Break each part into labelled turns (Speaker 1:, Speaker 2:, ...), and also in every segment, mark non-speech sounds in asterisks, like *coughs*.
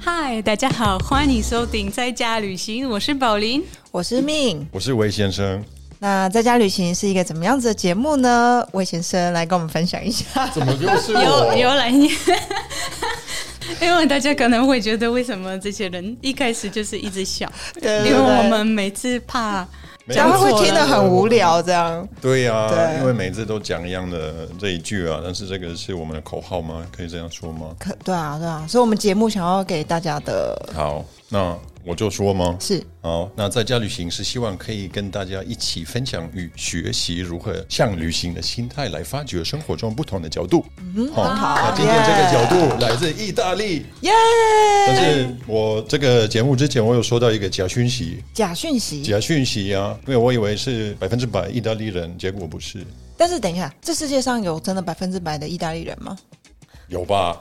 Speaker 1: 嗨，大家好，欢迎收听在家旅行，我是宝林。
Speaker 2: 我是命。
Speaker 3: 我是韦先生，
Speaker 2: 那在家旅行是一个怎么样子的节目呢？魏先生来跟我们分享一
Speaker 3: *laughs*
Speaker 2: 下。
Speaker 3: 怎么又是
Speaker 1: 有有来念， *laughs* 因为大家可能会觉得为什么这些人一开始就是一直笑，
Speaker 2: 对
Speaker 1: 因为我们每次怕
Speaker 3: 没
Speaker 2: 讲
Speaker 3: 有
Speaker 2: 话会
Speaker 3: 错
Speaker 2: 听得很无聊，这样
Speaker 3: 对啊呀、
Speaker 2: 对
Speaker 3: 因为每次都讲一样的这一句啊，但是这个是我们的口号吗？可以这样说吗？
Speaker 2: 可对啊对啊，所以我们节目想要给大家的
Speaker 3: 好，那我就说吗？
Speaker 2: 是
Speaker 3: 好，那在家旅行是希望可以跟大家一起分享与学习如何向旅行的心态来发掘生活中不同的角度。嗯，好
Speaker 2: 好啊
Speaker 3: 那今天这个角度来自意大利。
Speaker 2: 耶
Speaker 3: 但是我这个节目之前，我有收到一个假讯息，
Speaker 2: 假讯息。
Speaker 3: 假讯息啊，因为我以为是百分之百意大利人，结果不是，
Speaker 2: 但是等一下，这世界上有真的百分之百的意大利人吗？
Speaker 3: 有吧？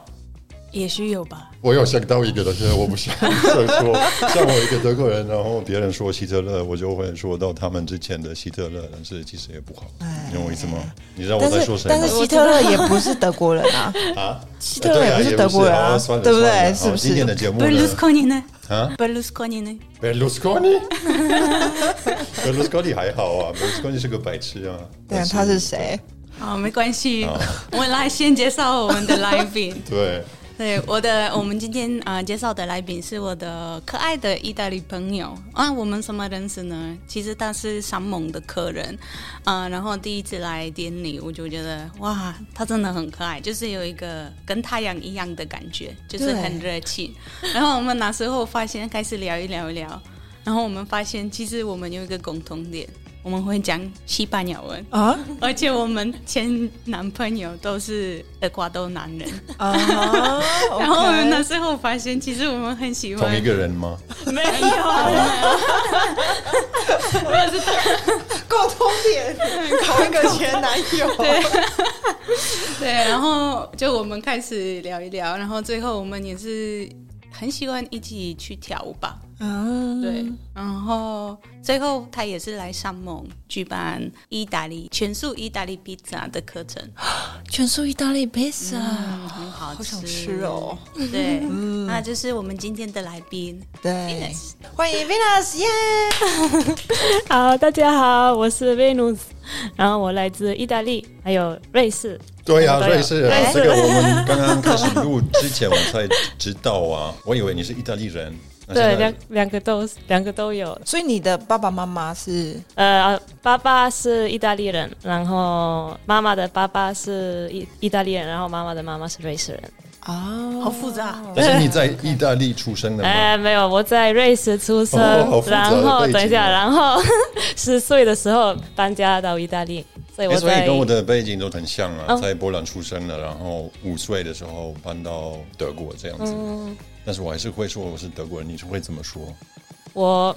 Speaker 1: 也许有吧，
Speaker 3: 我有想到一个，但是我
Speaker 2: *laughs*
Speaker 3: 不想想说。像我一个德国人，然后别人说希特勒，我就会说到他们之前的希特勒，但是其实也不好，你懂我意思吗？你知道我
Speaker 2: 但
Speaker 3: 在说
Speaker 2: 是
Speaker 3: 谁
Speaker 2: 哎但是
Speaker 3: 吗？
Speaker 2: 希特勒也不是德国人
Speaker 3: *laughs*
Speaker 2: 啊，
Speaker 3: 啊，希
Speaker 2: 特勒也不是德国人啊对不对是不是
Speaker 3: 今天的节目
Speaker 1: 贝
Speaker 3: 呢
Speaker 1: 鲁斯科尼呢？
Speaker 3: 啊
Speaker 1: 贝鲁斯科尼呢？
Speaker 3: ，Berlusconi，Berlusconi
Speaker 2: *laughs*
Speaker 3: 还好啊，Berlusconi 是个白痴啊。。
Speaker 2: 对啊，他是？谁？
Speaker 1: 哦，没关系，我来先介绍我们的来宾
Speaker 3: 对，
Speaker 1: 对，我的我们今天啊、呃介绍的来宾是我的可爱的意大利朋友啊。我们什么认识呢？其实他是山盟的客人啊、然后第一次来店里，我就觉得哇，他真的很可爱，就是有一个跟太阳一样的感觉，就是很热情。 *laughs* 然后我们那时候发现开始聊一聊一聊，然后我们发现其实我们有一个共同点，我们会讲西班牙文。
Speaker 2: 啊
Speaker 1: 而且我们前男朋友都是厄瓜多南人，
Speaker 2: 啊！
Speaker 1: 然后我们那
Speaker 2: *laughs* OK
Speaker 1: 时候发现，其实我们很喜欢
Speaker 3: 同一个人吗？
Speaker 1: *laughs* 没有，没有，是
Speaker 2: 共通 *laughs* 点，同一个前男友。
Speaker 1: 对，然后就我们开始聊一聊，然后最后我们也是很喜欢一起去跳舞吧，
Speaker 2: 嗯，
Speaker 1: 对，然后最后他也是来上蒙举办意大利全素意大利披萨的课程，
Speaker 2: 全素意大利披萨，
Speaker 1: 嗯，很好吃，
Speaker 2: 好想吃哦。
Speaker 1: 对，那就是我们今天的来宾
Speaker 2: 对
Speaker 1: Venus
Speaker 2: 欢迎 Venus，耶！
Speaker 4: 好，大家好，我是 Venus，然后我来自意大利，还有瑞士。
Speaker 3: 对呀、
Speaker 4: 对啊
Speaker 3: 瑞士
Speaker 4: 瑞
Speaker 3: 啊，
Speaker 4: 士
Speaker 3: 这个我们刚刚开始录之前我才知道啊，我以为你是意大利人。那
Speaker 4: 对，
Speaker 3: 现在
Speaker 4: 两两个都是两个都有。
Speaker 2: 所以你的爸爸妈妈是
Speaker 4: 呃，爸爸是意大利人，然后妈妈的爸爸是意意大利人，然后妈妈的妈妈是瑞士人。
Speaker 2: 啊，
Speaker 1: 好复杂。
Speaker 3: *laughs* 但是你在意大利出生的吗？
Speaker 4: *laughs* 哎、没有，我在瑞士出生，
Speaker 3: 哦好复杂
Speaker 4: 然
Speaker 3: 的
Speaker 4: 后
Speaker 3: 背景
Speaker 4: 等一下，
Speaker 3: 哦
Speaker 4: 然后 *laughs* 十岁的时候搬家到意大利，所以我
Speaker 3: 哎所
Speaker 4: 在、
Speaker 3: 以跟我的背景都很像啊，
Speaker 4: 哦
Speaker 3: 在波兰出生的，然后五岁的时候搬到德国这样子。
Speaker 4: 嗯
Speaker 3: 但是我还是会说我是德国人，你是会怎么说？
Speaker 4: 我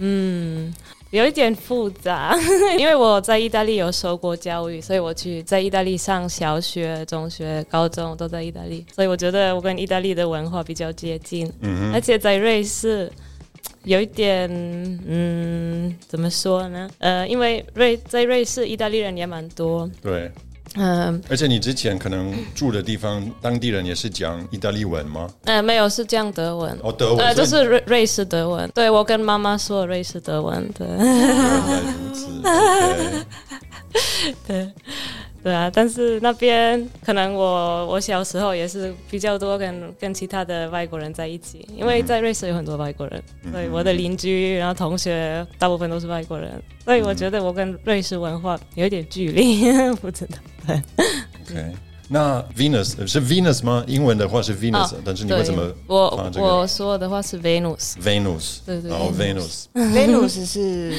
Speaker 4: 嗯有一点复杂， *laughs* 因为我在意大利有受过教育，所以我去在意大利上小学、中学、高中都在意大利，所以我觉得我跟意大利的文化比较接近，
Speaker 3: 嗯
Speaker 4: 而且在瑞士。有一点，嗯，怎么说呢？呃，因为瑞在瑞士，意大利人也蛮多，
Speaker 3: 对，
Speaker 4: 嗯、
Speaker 3: 而且你之前可能住的地方，当地人也是讲意大利文吗？
Speaker 4: 呃，没有是这样德文，
Speaker 3: 哦，德文，
Speaker 4: 呃，就
Speaker 3: 所以
Speaker 4: 是瑞瑞士德文。对我跟妈妈说瑞士德文，对。
Speaker 3: 原来如
Speaker 4: *laughs*
Speaker 3: 此。OK
Speaker 4: 对啊，但是那边可能我我小时候也是比较多跟跟其他的外国人在一起，因为在瑞士有很多外国人，所以我的邻居然后同学大部分都是外国人，所以我觉得我跟瑞士文化有一点距离， *laughs* 不知道。
Speaker 3: OK，那 Venus 呃是 Venus 吗？英文的话是 Venus，、但是你会
Speaker 4: 哦对
Speaker 3: 怎么
Speaker 4: 我
Speaker 3: 发这
Speaker 4: 我
Speaker 3: 个
Speaker 4: 说的话是 Venus，
Speaker 3: Venus？
Speaker 4: 对对
Speaker 3: 然后
Speaker 4: Venus
Speaker 3: Venus，
Speaker 2: Venus 是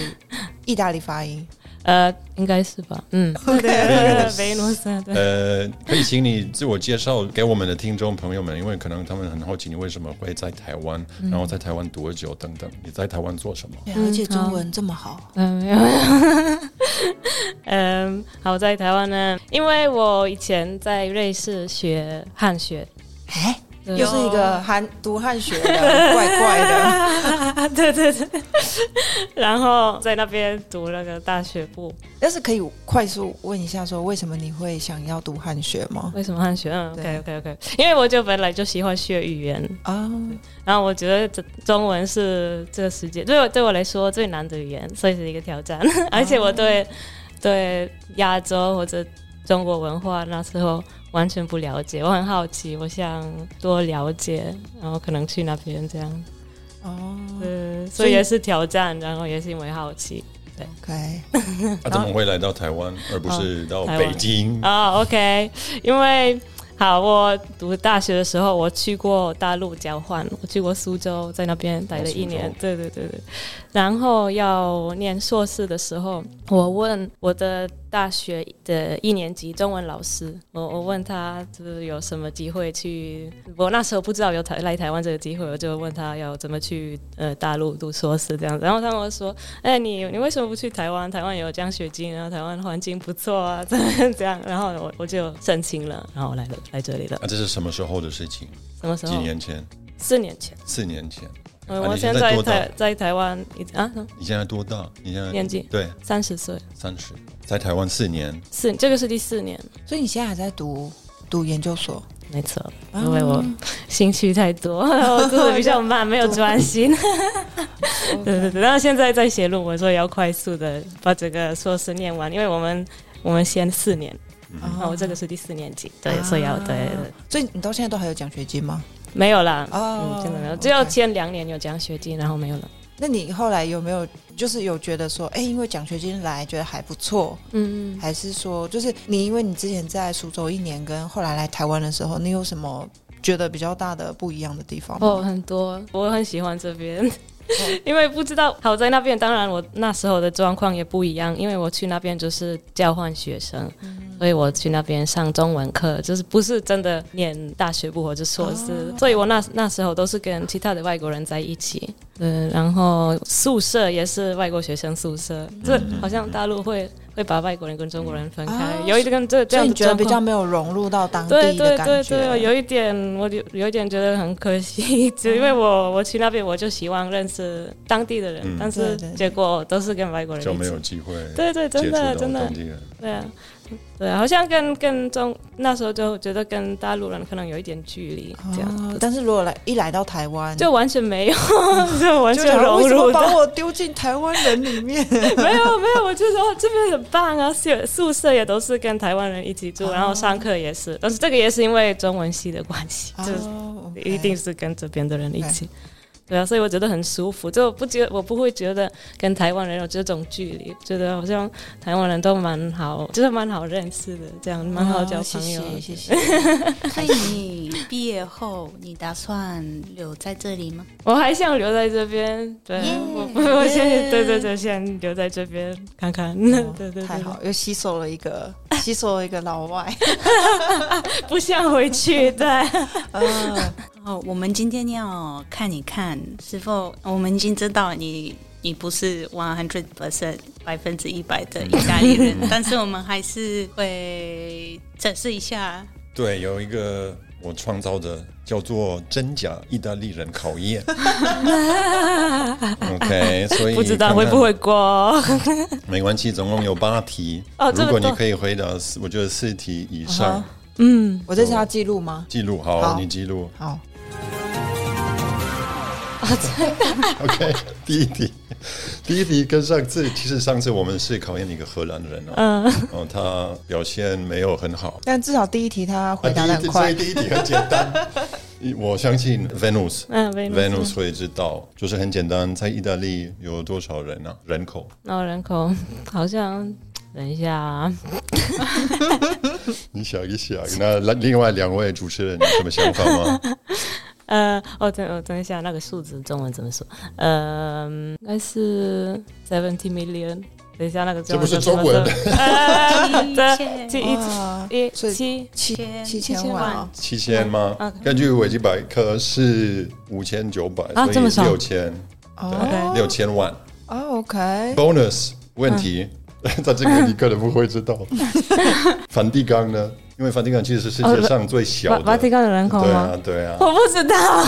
Speaker 2: 意大利发音，
Speaker 4: 呃，应该是吧？嗯 *laughs*
Speaker 3: Venus
Speaker 4: ，Venus，啊对。
Speaker 3: 呃，可以请你自我介绍给我们的听众朋友们，因为可能他们很好奇你为什么会在台湾，
Speaker 4: 嗯
Speaker 3: 然后在台湾多久等等，你在台湾做什么？
Speaker 2: 对而且中文这么好，
Speaker 4: 嗯，没有。没有 *laughs* 嗯，好，在台湾呢，因为我以前在瑞士学汉学，
Speaker 2: 哎，
Speaker 4: 对
Speaker 2: 又是一个韩读汉学的，怪怪的。 *laughs*
Speaker 4: *laughs* 对对对，然后在那边读那个大学部，
Speaker 2: 但是可以快速问一下，说为什么你会想要读汉学吗？
Speaker 4: 为什么汉学？嗯
Speaker 2: 对
Speaker 4: ，OK OK OK，因为我就本来就喜欢学语言，
Speaker 2: 啊，
Speaker 4: 然后我觉得这中文是这个世界对我对我来说最难的语言，所以是一个
Speaker 2: *laughs*
Speaker 4: 挑战。而且我
Speaker 2: 哦
Speaker 4: 对对亚洲或者中国文化那时候完全不了解，我很好奇，我想多了解，然后可能去那边这样。
Speaker 2: 哦
Speaker 4: 嗯，
Speaker 2: 所
Speaker 4: 所
Speaker 2: 以
Speaker 4: 以也是挑战，然后也是因为好奇
Speaker 2: ，OK，
Speaker 3: 他啊怎么会来到台湾，而不是到
Speaker 4: 啊台湾
Speaker 3: 北京？
Speaker 4: 啊。OK，因为好，我读大学的时候我去过大陆交换，我去过苏州，在那边待了一年
Speaker 3: 哦。
Speaker 4: 对对对对。然后要念硕士的时候，我问我的大学的一年级中文老师，我我问他就是有什么机会去，我那时候不知道有台来台湾这个机会，我就问他要怎么去呃大陆读硕士这样子，然后他们说，哎、你你为什么不去台湾？台湾有奖学金，然后台湾环境不错啊， *laughs* 这样这样，然后我我就申请了，然后我来了来这里了，
Speaker 3: 啊，这是什么时候的事情？
Speaker 4: 什么时
Speaker 3: 几
Speaker 4: 候？
Speaker 3: 年前，
Speaker 4: 四年前。
Speaker 3: 四年前。
Speaker 4: 我
Speaker 3: 啊
Speaker 4: 我
Speaker 3: 你
Speaker 4: 现
Speaker 3: 在
Speaker 4: 在
Speaker 3: 多大
Speaker 4: 在？在台湾已啊什么
Speaker 3: 你现在多大？你现在
Speaker 4: 年纪
Speaker 3: 对
Speaker 4: 三十岁，
Speaker 3: 三十，在台湾四年，
Speaker 4: 四这个是第四年，
Speaker 2: 所以你现在还在读读研究所？
Speaker 4: 没错，
Speaker 2: 啊
Speaker 4: 因为我 *laughs* 兴趣太多， *laughs* 我做的比较慢，没有专心。对对对，然后现在在写论文，所以要快速的把这个硕士念完，因为我们我们先四年，然
Speaker 2: 哦
Speaker 4: 后我这个是第四年级，对，所以要对对对
Speaker 2: 所以你到现在都还有奖学金吗？
Speaker 4: 没有啦，
Speaker 2: 哦
Speaker 4: 嗯，真的没有，
Speaker 2: OK
Speaker 4: 只有前两年有奖学金，然后没有了。
Speaker 2: 那你后来有没有就是有觉得说，哎、因为奖学金来觉得还不错，
Speaker 4: 嗯，
Speaker 2: 还是说就是你因为你之前在苏州一年，跟后来来台湾的时候，你有什么觉得比较大的不一样的地方吗？
Speaker 4: 哦，很多，我很喜欢这边，
Speaker 2: 哦
Speaker 4: *laughs* 因为不知道好在那边。当然，我那时候的状况也不一样，因为我去那边就是交换学生，
Speaker 2: 嗯
Speaker 4: 所以我去那边上中文课，就是不是真的念大学部或者硕士，
Speaker 2: 哦
Speaker 4: 所以我那那时候都是跟其他的外国人在一起。嗯，然后宿舍也是外国学生宿舍，这好像大陆会会把外国人跟中国人分开，
Speaker 2: 嗯啊
Speaker 4: 有一个这
Speaker 2: 所
Speaker 4: 这样
Speaker 2: 以
Speaker 4: 子
Speaker 2: 你觉得
Speaker 4: 状
Speaker 2: 比较
Speaker 4: 况
Speaker 2: 没有融入到当
Speaker 4: 对
Speaker 2: 地的
Speaker 4: 对
Speaker 2: 感
Speaker 4: 对
Speaker 2: 觉？啊
Speaker 4: 对，有一点我有有一点觉得很可惜，
Speaker 2: *laughs*
Speaker 4: 只因为我我去那边我就希望认识当地的人，
Speaker 3: 嗯
Speaker 4: 但
Speaker 2: 对
Speaker 4: 是
Speaker 2: 对对
Speaker 4: 结果都是跟外国人
Speaker 3: 就
Speaker 4: 一
Speaker 3: 没有
Speaker 4: 起。
Speaker 3: 机会
Speaker 4: 对对，真
Speaker 3: 接触
Speaker 4: 的
Speaker 3: 到
Speaker 4: 真的
Speaker 3: 当，地人。
Speaker 4: 对啊，对啊，好像跟跟中那时候就觉得跟大陆人可能有一点距离，这样、
Speaker 2: 哦但是如果来一来到台湾，
Speaker 4: 就完
Speaker 2: *laughs*
Speaker 4: 全没有，就完
Speaker 2: 就
Speaker 4: 全
Speaker 2: 想说
Speaker 4: 融
Speaker 2: 为什么
Speaker 4: 入
Speaker 2: 把
Speaker 4: 到。
Speaker 2: 我丢进台湾人里
Speaker 4: *laughs*
Speaker 2: 面？
Speaker 4: 没有没有，我就说哦这边很棒啊，宿宿舍也都是跟台湾人一起
Speaker 2: 哦
Speaker 4: 住，然后上课也是，但是这个也是因为中文系的关系，就是
Speaker 2: 哦，OK
Speaker 4: 一定是跟这边的人一起。对啊，所以我觉得很舒服，就不觉我不会觉得跟台湾人有这种距离，觉得好像台湾人都蛮好，就是蛮好认识的，这样蛮好交
Speaker 2: 哦
Speaker 4: 朋友。 *laughs*
Speaker 2: 谢谢谢谢。
Speaker 1: *laughs* 所以你毕业后，你打算留在这里吗？
Speaker 4: 我还想留在这边，对
Speaker 1: 耶
Speaker 4: 我不，我先
Speaker 1: 耶
Speaker 4: 对对对，先留在这边看看，
Speaker 2: 哦
Speaker 4: 对对对，
Speaker 2: 太好，又吸收了一
Speaker 4: *laughs*
Speaker 2: 个吸收了一个老外。
Speaker 4: 不想回去，对，
Speaker 2: 嗯，
Speaker 1: 哦，我们今天要看一看是否我们已经知道你你不是 one hundred percent 百分之一百的意大利 *laughs* 人，但是我们还是会测试一下。
Speaker 3: 对，有一个我创造的叫做“真假意大利人考
Speaker 4: *laughs*
Speaker 3: 验” 。OK，所以
Speaker 4: 不知道
Speaker 3: 看
Speaker 4: 会
Speaker 3: 看
Speaker 4: 不会过。 *laughs*
Speaker 3: 没关系，总共有八题。
Speaker 4: 哦这
Speaker 3: 如
Speaker 4: 么
Speaker 3: 果你
Speaker 4: 多
Speaker 3: 可以回答四，我觉得四题以上
Speaker 2: 嗯，我这是要记录吗？
Speaker 3: 记录好，
Speaker 2: 好
Speaker 3: 你记录。
Speaker 2: 好，
Speaker 3: OK，第 *laughs* 一题，第一题跟上次，其实上次我们是考验一个荷兰人哦，
Speaker 4: 嗯
Speaker 3: 然后他表现没有很好，
Speaker 2: 但至少第一题他回答的
Speaker 3: 啊
Speaker 2: 很
Speaker 3: 第一题所
Speaker 2: 快
Speaker 3: 以。第一题很简
Speaker 4: *laughs*
Speaker 3: 单。我相信 Venus，
Speaker 4: 嗯，Venus
Speaker 3: Venus 会知道，就是很简单，在意大利有多少人啊？人口
Speaker 4: 然后人口好像，等一下啊，
Speaker 3: 你想一想，那另外两位主持人有什么想法吗？
Speaker 4: *laughs* 呃，哦，等我等一下，那个数字中文怎么说？呃，应该是 seventy million。等一下，那个中文
Speaker 3: 这不是
Speaker 4: 怎么
Speaker 3: 中文
Speaker 4: 说呃，这这一
Speaker 2: 哇
Speaker 4: 一
Speaker 2: 所以
Speaker 4: 七
Speaker 2: 七
Speaker 1: 千
Speaker 2: 七千
Speaker 4: 七千
Speaker 2: 万
Speaker 4: 万
Speaker 2: 哦，
Speaker 3: 七千吗？
Speaker 4: 嗯，OK
Speaker 3: 根据维基百科是五千九百，
Speaker 4: 啊这
Speaker 3: 所
Speaker 4: 么
Speaker 3: 以
Speaker 4: 少
Speaker 3: 六千，
Speaker 2: 哦
Speaker 3: 六千万。
Speaker 2: 哦，OK，
Speaker 3: *laughs*
Speaker 4: 嗯
Speaker 3: Bonus 问题，但这个你可能不会
Speaker 4: *laughs*
Speaker 3: 知道。梵蒂冈呢？因为梵蒂冈其实是世界上最小
Speaker 4: 瓦
Speaker 3: 的，
Speaker 4: 瓦蒂哦冈的人口
Speaker 3: 对
Speaker 4: 吗？
Speaker 3: 啊，对啊，
Speaker 4: 我不知道，
Speaker 3: *laughs*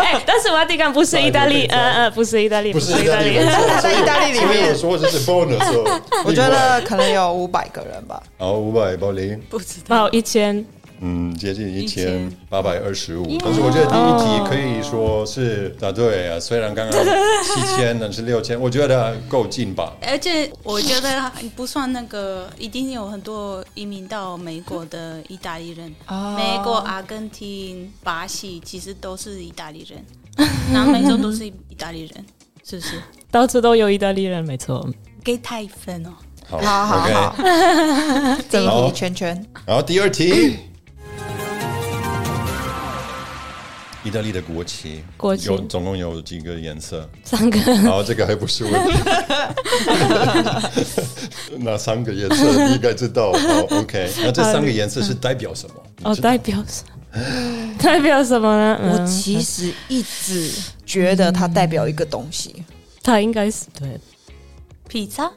Speaker 4: 哎、但是瓦蒂冈不是意大利，
Speaker 3: 不好意思不好意思
Speaker 4: 呃呃，不是意大利，
Speaker 3: 不是意大利，没
Speaker 4: 利，
Speaker 3: 错
Speaker 2: 在意大
Speaker 3: *laughs*
Speaker 2: 利里面
Speaker 3: 所以我说这
Speaker 2: *laughs*
Speaker 3: 是 bonus 哦。
Speaker 2: 我
Speaker 3: 另
Speaker 2: 觉
Speaker 3: 外
Speaker 2: 得可能有五百个人 *laughs* 吧。
Speaker 3: 好，五百八零，
Speaker 1: 不知道。
Speaker 4: 哦，一千，
Speaker 3: 嗯，接近一千
Speaker 1: 1000
Speaker 3: 八百二十五。但是我觉得第一题可以说是答对啊，虽然
Speaker 2: *laughs*
Speaker 3: 刚刚七千，但是六千，我觉得够近吧。
Speaker 1: 而且我觉得不算那个，一定有很多移民到美国的意大利人，
Speaker 2: 哦
Speaker 1: 美国、阿根廷、巴西其实都是意大利 *laughs* 人，南美洲都是意大利人，是不是？
Speaker 4: 到处都有意大利人，没错。
Speaker 1: 给太分哦，
Speaker 3: 好
Speaker 2: 好好
Speaker 3: o k
Speaker 2: 好，第一
Speaker 3: 好
Speaker 2: 题圈圈，
Speaker 3: 然后第
Speaker 2: *coughs*
Speaker 3: 二题，意大利的国旗，
Speaker 4: 国旗
Speaker 3: 有总共有几个颜色？
Speaker 4: 三个
Speaker 3: *laughs* 然后这个还不是问题， *laughs* 哪三个颜色你应该知道。好，OK，那这三个颜色是代表什么？
Speaker 4: 哦，代表什么？代表什么呢？
Speaker 2: 我
Speaker 4: 嗯，
Speaker 2: 其实一直觉得它代表一个东西，
Speaker 4: 他应该是对，
Speaker 1: 披萨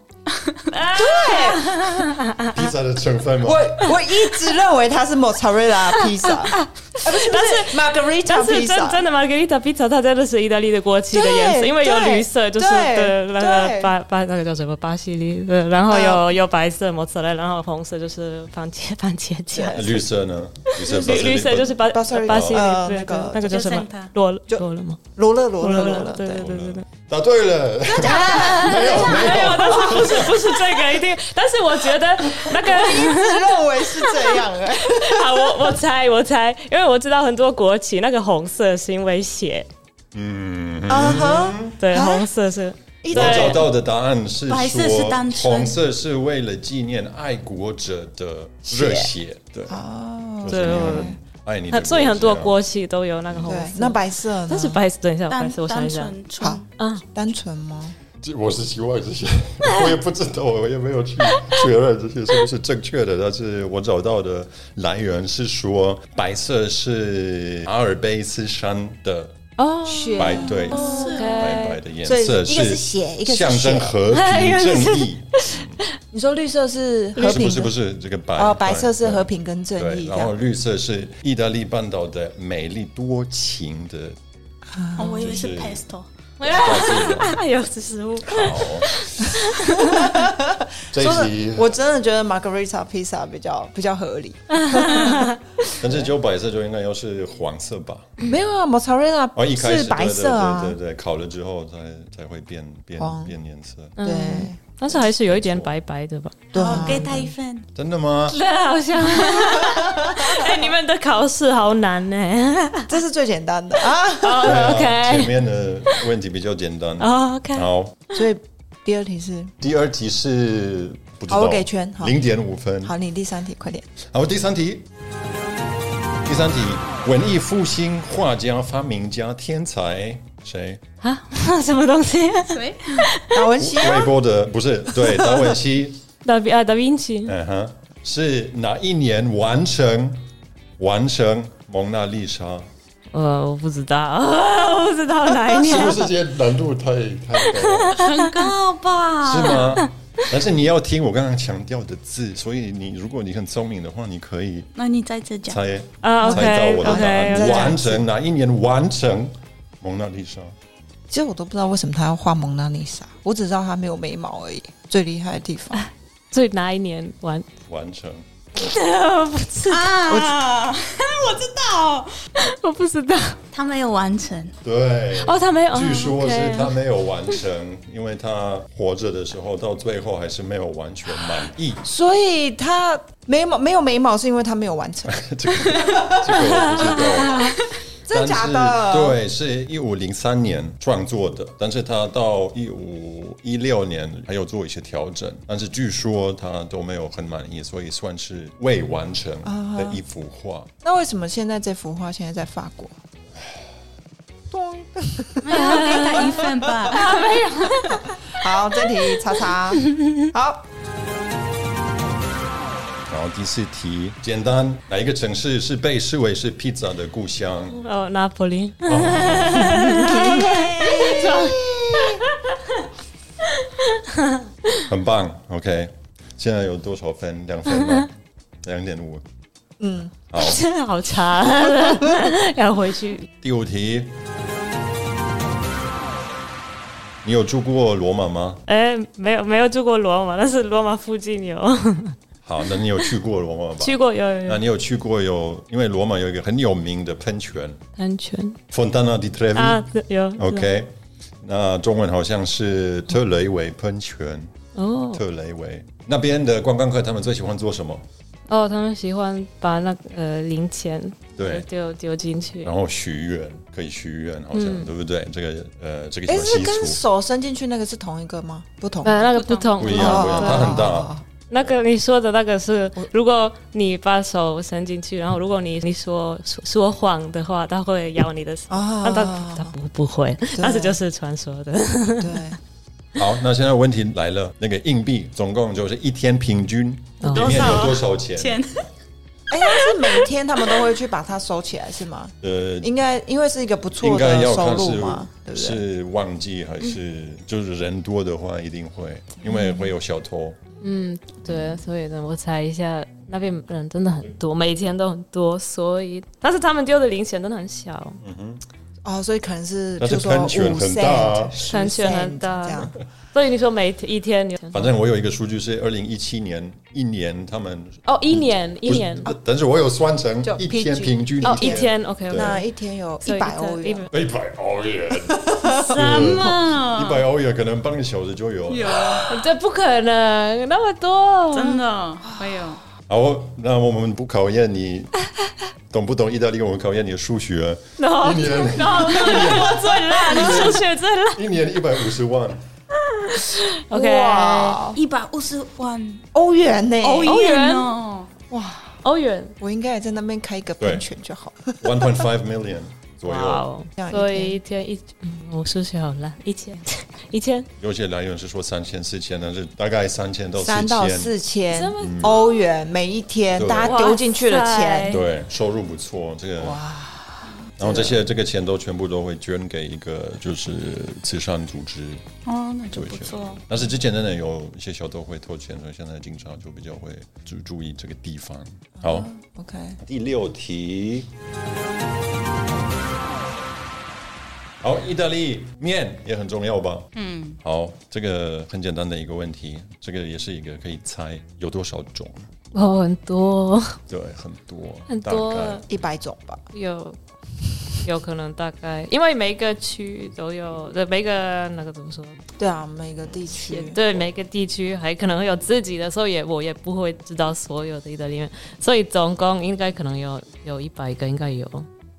Speaker 4: 呃
Speaker 3: 披萨的成分吗？
Speaker 2: 我我一直认为它是 mozzarella *laughs* pizza，哎不是，但是 margarita
Speaker 4: 但是真
Speaker 2: pizza，
Speaker 4: 真的玛格丽塔披萨，它真的是意大利的国旗的颜色，
Speaker 2: 对
Speaker 4: 因为有绿色，就是
Speaker 2: 对
Speaker 4: 对那
Speaker 2: 对
Speaker 4: 个巴巴那个叫什么巴西利，对，然后有
Speaker 2: 嗯
Speaker 4: 有白色莫斯莱，然后红色就是番茄番茄酱。
Speaker 3: 绿色呢？绿色，
Speaker 4: 绿绿色就是巴
Speaker 2: 巴
Speaker 4: 巴
Speaker 2: 塞利
Speaker 4: 西利
Speaker 2: 呃
Speaker 4: 对
Speaker 2: 那个
Speaker 4: 那个叫
Speaker 1: 就
Speaker 4: 什么
Speaker 1: 剩它
Speaker 4: 罗
Speaker 2: 就
Speaker 4: 罗了吗？
Speaker 2: 罗勒罗
Speaker 4: 罗
Speaker 2: 勒
Speaker 4: 勒
Speaker 2: 罗
Speaker 4: 罗
Speaker 2: 勒，
Speaker 4: 对对
Speaker 2: 对，
Speaker 4: 对对对。
Speaker 3: 答对了，没有没
Speaker 4: 没有，
Speaker 3: 有，
Speaker 4: 但是不是不是这个一定，但是我觉
Speaker 2: *laughs*
Speaker 4: 得那个 *laughs*
Speaker 2: 一直认为是这样 *laughs* 哎，
Speaker 4: 好，我我猜我猜，因为我知道很多国旗那个红色是因为血，
Speaker 3: 嗯。
Speaker 4: 哦
Speaker 2: 啊哈，
Speaker 4: 对，
Speaker 2: 啊
Speaker 4: 红色是
Speaker 2: 一直
Speaker 3: 我
Speaker 4: 对
Speaker 3: 找到的答案是
Speaker 1: 白色是单
Speaker 3: 说，
Speaker 1: 纯
Speaker 3: 红色是为了纪念爱国者的热血，对，
Speaker 2: 哦，
Speaker 3: 就是你们爱你的
Speaker 4: 很，
Speaker 3: 国
Speaker 4: 所以很多
Speaker 3: 家
Speaker 4: 国旗都有那个红
Speaker 2: 对
Speaker 4: 色，。
Speaker 2: 那白嗯色呢，
Speaker 4: 但是白色，等一下，白
Speaker 1: 单
Speaker 4: 色，我想
Speaker 1: 单
Speaker 4: 一下，
Speaker 1: 纯
Speaker 2: 好
Speaker 1: 纯
Speaker 4: 啊，
Speaker 2: 单纯吗？
Speaker 3: 我是希望这些，我也不知道，我也没有去确认这些是不是正确的。但是我找到的来源是说，白色是阿尔卑斯山的
Speaker 4: 哦，
Speaker 2: 血
Speaker 3: 白对
Speaker 1: 是啊
Speaker 3: 白白的颜
Speaker 2: 哦所以
Speaker 3: 色，
Speaker 2: 一个是血一个是
Speaker 3: 象征
Speaker 2: 血 *laughs*
Speaker 3: 和
Speaker 4: 哎一
Speaker 3: 平
Speaker 4: 个是
Speaker 3: 正义。
Speaker 2: 你说绿色是
Speaker 3: 不
Speaker 2: 和
Speaker 3: 是不
Speaker 2: 平
Speaker 3: 是不
Speaker 2: 的，
Speaker 3: 是这个白
Speaker 2: 哦，白色是和
Speaker 3: 平
Speaker 2: 平跟正
Speaker 3: 对，
Speaker 2: 义，这
Speaker 3: 然后
Speaker 2: 样
Speaker 3: 绿色是意大利半岛的美丽多情的
Speaker 1: 哦，我以为是
Speaker 3: 就是
Speaker 1: pesto，
Speaker 4: 有哎食物，
Speaker 3: 岛。
Speaker 2: *laughs*
Speaker 3: 这一
Speaker 2: 说的
Speaker 3: 题，
Speaker 2: 我真的觉得 margarita pizza 比较比较合理，
Speaker 3: 但是只有白色就应该要是黄色吧？
Speaker 2: 没有啊，mozzarella
Speaker 3: 哦，一开
Speaker 2: 是
Speaker 3: 始
Speaker 2: 白色
Speaker 3: 对
Speaker 2: 啊
Speaker 3: 对，对对对，烤了之后才才会变变
Speaker 2: 黄
Speaker 3: 变颜色。
Speaker 2: 对
Speaker 4: 嗯但是还是有一点白白的吧？
Speaker 2: 对
Speaker 1: 哦，
Speaker 2: 啊，
Speaker 1: 给太分，
Speaker 3: 真
Speaker 2: *laughs*
Speaker 3: 的吗？
Speaker 4: 对，啊好 *laughs* 像。哎，你们的考试好难呢。
Speaker 2: 这是最简单 *laughs* 的啊。
Speaker 3: 对啊
Speaker 4: *laughs*
Speaker 3: 前
Speaker 4: 哦 OK，
Speaker 3: 面的问题比较简单。
Speaker 4: 哦，OK，
Speaker 3: 好，
Speaker 2: 所以第二题是
Speaker 3: 第二题是不知道，
Speaker 2: 好我给圈好
Speaker 3: 零点五分。
Speaker 2: 好，你第三题快点。
Speaker 3: 好，第三题，第三题，文艺复兴画家、发明家、天才谁？
Speaker 4: 啊， *laughs* 什么东西？
Speaker 1: 谁？
Speaker 2: 达文西啊
Speaker 3: 魏波的不是对，达文西，
Speaker 2: *laughs*
Speaker 4: 达比啊，达芬奇，
Speaker 3: 嗯哼，是哪一年完成完成蒙娜丽莎？
Speaker 4: 呃，我不知 *laughs* 道，我不知道哪一
Speaker 3: 是
Speaker 4: 年
Speaker 3: 不。是这难度太太高了？
Speaker 1: 很高吧？
Speaker 3: *laughs* 是吗？ *laughs* 但是你要听我刚刚强调的字，所以你如果你很聪明的话，你可以
Speaker 1: 那你再次讲，
Speaker 3: *laughs* 猜
Speaker 4: 啊
Speaker 3: 猜到我的答
Speaker 4: ，OK，OK，
Speaker 3: 案。
Speaker 2: OK，OK
Speaker 3: 完成啊哪一年完成蒙娜丽莎？
Speaker 2: 其实我都不知道为什么他要画蒙娜丽莎，我只知道他没有眉毛而已。最厉害的地方，
Speaker 4: 最哪一年玩？
Speaker 3: 完成
Speaker 4: 不知
Speaker 1: 啊， *laughs* 我知道，
Speaker 4: *laughs* 我不知道。
Speaker 1: 他没有完成，
Speaker 3: 对。
Speaker 4: 哦，他没有。哦
Speaker 3: 据说是
Speaker 4: OK
Speaker 3: 他没有完 *laughs* 成，因为他活着的时候到最后还是没有完全满意。
Speaker 2: *laughs* 所以他眉毛没有眉毛是因为他没有完成，
Speaker 3: 这个这个我不知道。
Speaker 2: *laughs* 真的假的？
Speaker 3: 但是，对，是一五零三年创作的，但是他到一五一六年还有做一些调整，但是据说他都没有很满意，所以算是未完成的一幅画。
Speaker 2: 那为什么现在这幅画现在在法国？咚！
Speaker 1: 没有给他一分 *laughs* 吧？
Speaker 2: 好，这题叉 *laughs* 叉。好，
Speaker 3: 然后第四题，简单，哪一个城市是被视为是披萨的故乡？
Speaker 4: 哦，拿破仑。
Speaker 3: 很棒，OK。现在有多少分？两分吗？两点五。
Speaker 2: 嗯，
Speaker 3: 好，
Speaker 4: 真的 *laughs* 好差， *laughs* 要回去。
Speaker 3: 第五题。你有住过罗马吗？
Speaker 4: 哎，没有没有住过罗马，但是罗马附
Speaker 3: *laughs*
Speaker 4: 近有
Speaker 3: 好，那你有去过罗
Speaker 2: *laughs*
Speaker 3: 马吧？
Speaker 4: 去过，有有
Speaker 3: 那
Speaker 4: 有
Speaker 3: 你有去过有？因为罗马有一个很有名的喷泉
Speaker 4: 安全
Speaker 3: Fontana di Trevi、
Speaker 4: 啊，对有
Speaker 3: 嗯 OK，那中文好像是特雷维喷泉。
Speaker 4: 哦
Speaker 3: 特雷维那边的观光客，他们最喜欢做什么？
Speaker 4: 哦，他们喜欢把那个呃零钱
Speaker 3: 对，哦
Speaker 4: 丢丢进去
Speaker 3: 然，后许愿可以许愿，好像、
Speaker 4: 嗯
Speaker 3: 对不对？这个呃，这个
Speaker 2: 哎，
Speaker 3: 小
Speaker 2: 是
Speaker 3: 习
Speaker 2: 跟
Speaker 3: 俗
Speaker 2: 手伸进去那个是同一个吗？不同。
Speaker 4: 呃，那个不同
Speaker 3: 不一
Speaker 2: 哦
Speaker 3: 样，不一样，它很大。
Speaker 4: 那个你说的那个是，如果你把手伸进去，然后如果你你说说说谎的话，他会咬你的手。
Speaker 2: 啊
Speaker 3: 哦
Speaker 4: 那他他不不会，但是就是传说的。
Speaker 2: 对，
Speaker 3: 好，那现在问题来了，那个硬币总共就是一天平均
Speaker 4: 哦
Speaker 3: 里面有多少钱？
Speaker 1: *laughs* 钱
Speaker 2: 哎，那是每天他们都会去把它收起来是吗？
Speaker 3: 呃，
Speaker 2: 应该因为是一个不
Speaker 3: 应
Speaker 2: 错
Speaker 3: 该
Speaker 2: 的
Speaker 3: 要
Speaker 2: 收
Speaker 3: 看
Speaker 2: 入嘛，对
Speaker 3: 是
Speaker 2: 不对？
Speaker 3: 是旺季还是就是人多的话，一定会，因为会有小偷。
Speaker 4: 嗯，对，所以呢，我猜一下，那边人真的很多，每天都很多，所以但是他们丢的零钱真的很小，
Speaker 3: 嗯
Speaker 2: 哦，所以可能是
Speaker 3: 但
Speaker 2: 就是是说
Speaker 3: 喷泉
Speaker 2: 五
Speaker 3: 很大啊
Speaker 2: cent，十
Speaker 4: 喷泉很大
Speaker 2: cent 这样。
Speaker 4: 所以你说每一天有
Speaker 3: 反正我有一个数据是二零一七年一年他们
Speaker 4: 哦，一年一
Speaker 3: 不是
Speaker 4: 年
Speaker 3: 但但是我有算成
Speaker 2: 就
Speaker 3: 一天
Speaker 2: PG
Speaker 3: 平均
Speaker 4: 哦，一天 OK
Speaker 3: 对
Speaker 4: OK，
Speaker 2: 那一天有一百欧元，
Speaker 3: 一百欧元，
Speaker 1: *laughs* 什么？
Speaker 3: 一百欧元可能半个小时就有。
Speaker 1: 嗯有
Speaker 4: 哦这不可能那么多，
Speaker 1: 真的哎会有。
Speaker 3: 好，那我们不考验你懂不懂意大利，我们考验你的数学。
Speaker 4: 然后
Speaker 3: 一年
Speaker 4: 然后我最
Speaker 3: *laughs*
Speaker 4: 烂，数学最烂。
Speaker 3: 一年一百五十万，
Speaker 4: OK，
Speaker 2: 哇
Speaker 1: 一百五十万
Speaker 2: 欧元呢？
Speaker 1: 欧
Speaker 4: 欧元
Speaker 1: 元哦，
Speaker 4: 欧元，
Speaker 2: 我应该也在那边开一个喷泉就好了。
Speaker 3: one point five million 左右。
Speaker 4: 哦
Speaker 2: 这样一天
Speaker 4: 所以一天一，嗯我数学好烂，一千，一千，
Speaker 3: 有些来源是说三千、四千，但是大概三千到
Speaker 2: 三到
Speaker 3: 哦千。嗯
Speaker 2: 四千
Speaker 4: 这么
Speaker 2: 欧元每一天，
Speaker 3: 对
Speaker 2: 大家丢进去的
Speaker 4: 哇
Speaker 2: 钱
Speaker 4: 塞，
Speaker 3: 对，收入不错，这个。然后这些这个钱都全部都会捐给一个就是慈善组织，
Speaker 1: 哦，那就不错。
Speaker 3: 但是之前真的有一些小偷会偷钱，所以现在警察就比较会注注意这个地方。好，
Speaker 2: ，OK，
Speaker 3: 第六题。好，意大利面也很重要吧？嗯。好，这个很简单的一个问题，这个也是一个可以猜有多少种。
Speaker 4: 哦，很多，
Speaker 3: 对，很多，
Speaker 4: 很
Speaker 3: 大
Speaker 4: 多
Speaker 3: 概
Speaker 2: 一百种吧。
Speaker 4: 有。 *laughs* 有可能大概，因为每个区都有，呃，每个那个怎么说？
Speaker 2: 对啊，每个地区
Speaker 4: 也对，每个地区还可能会有自己的，所以也我也不会知道所有的意大利面，所以总共应该可能有有一百个，应该有。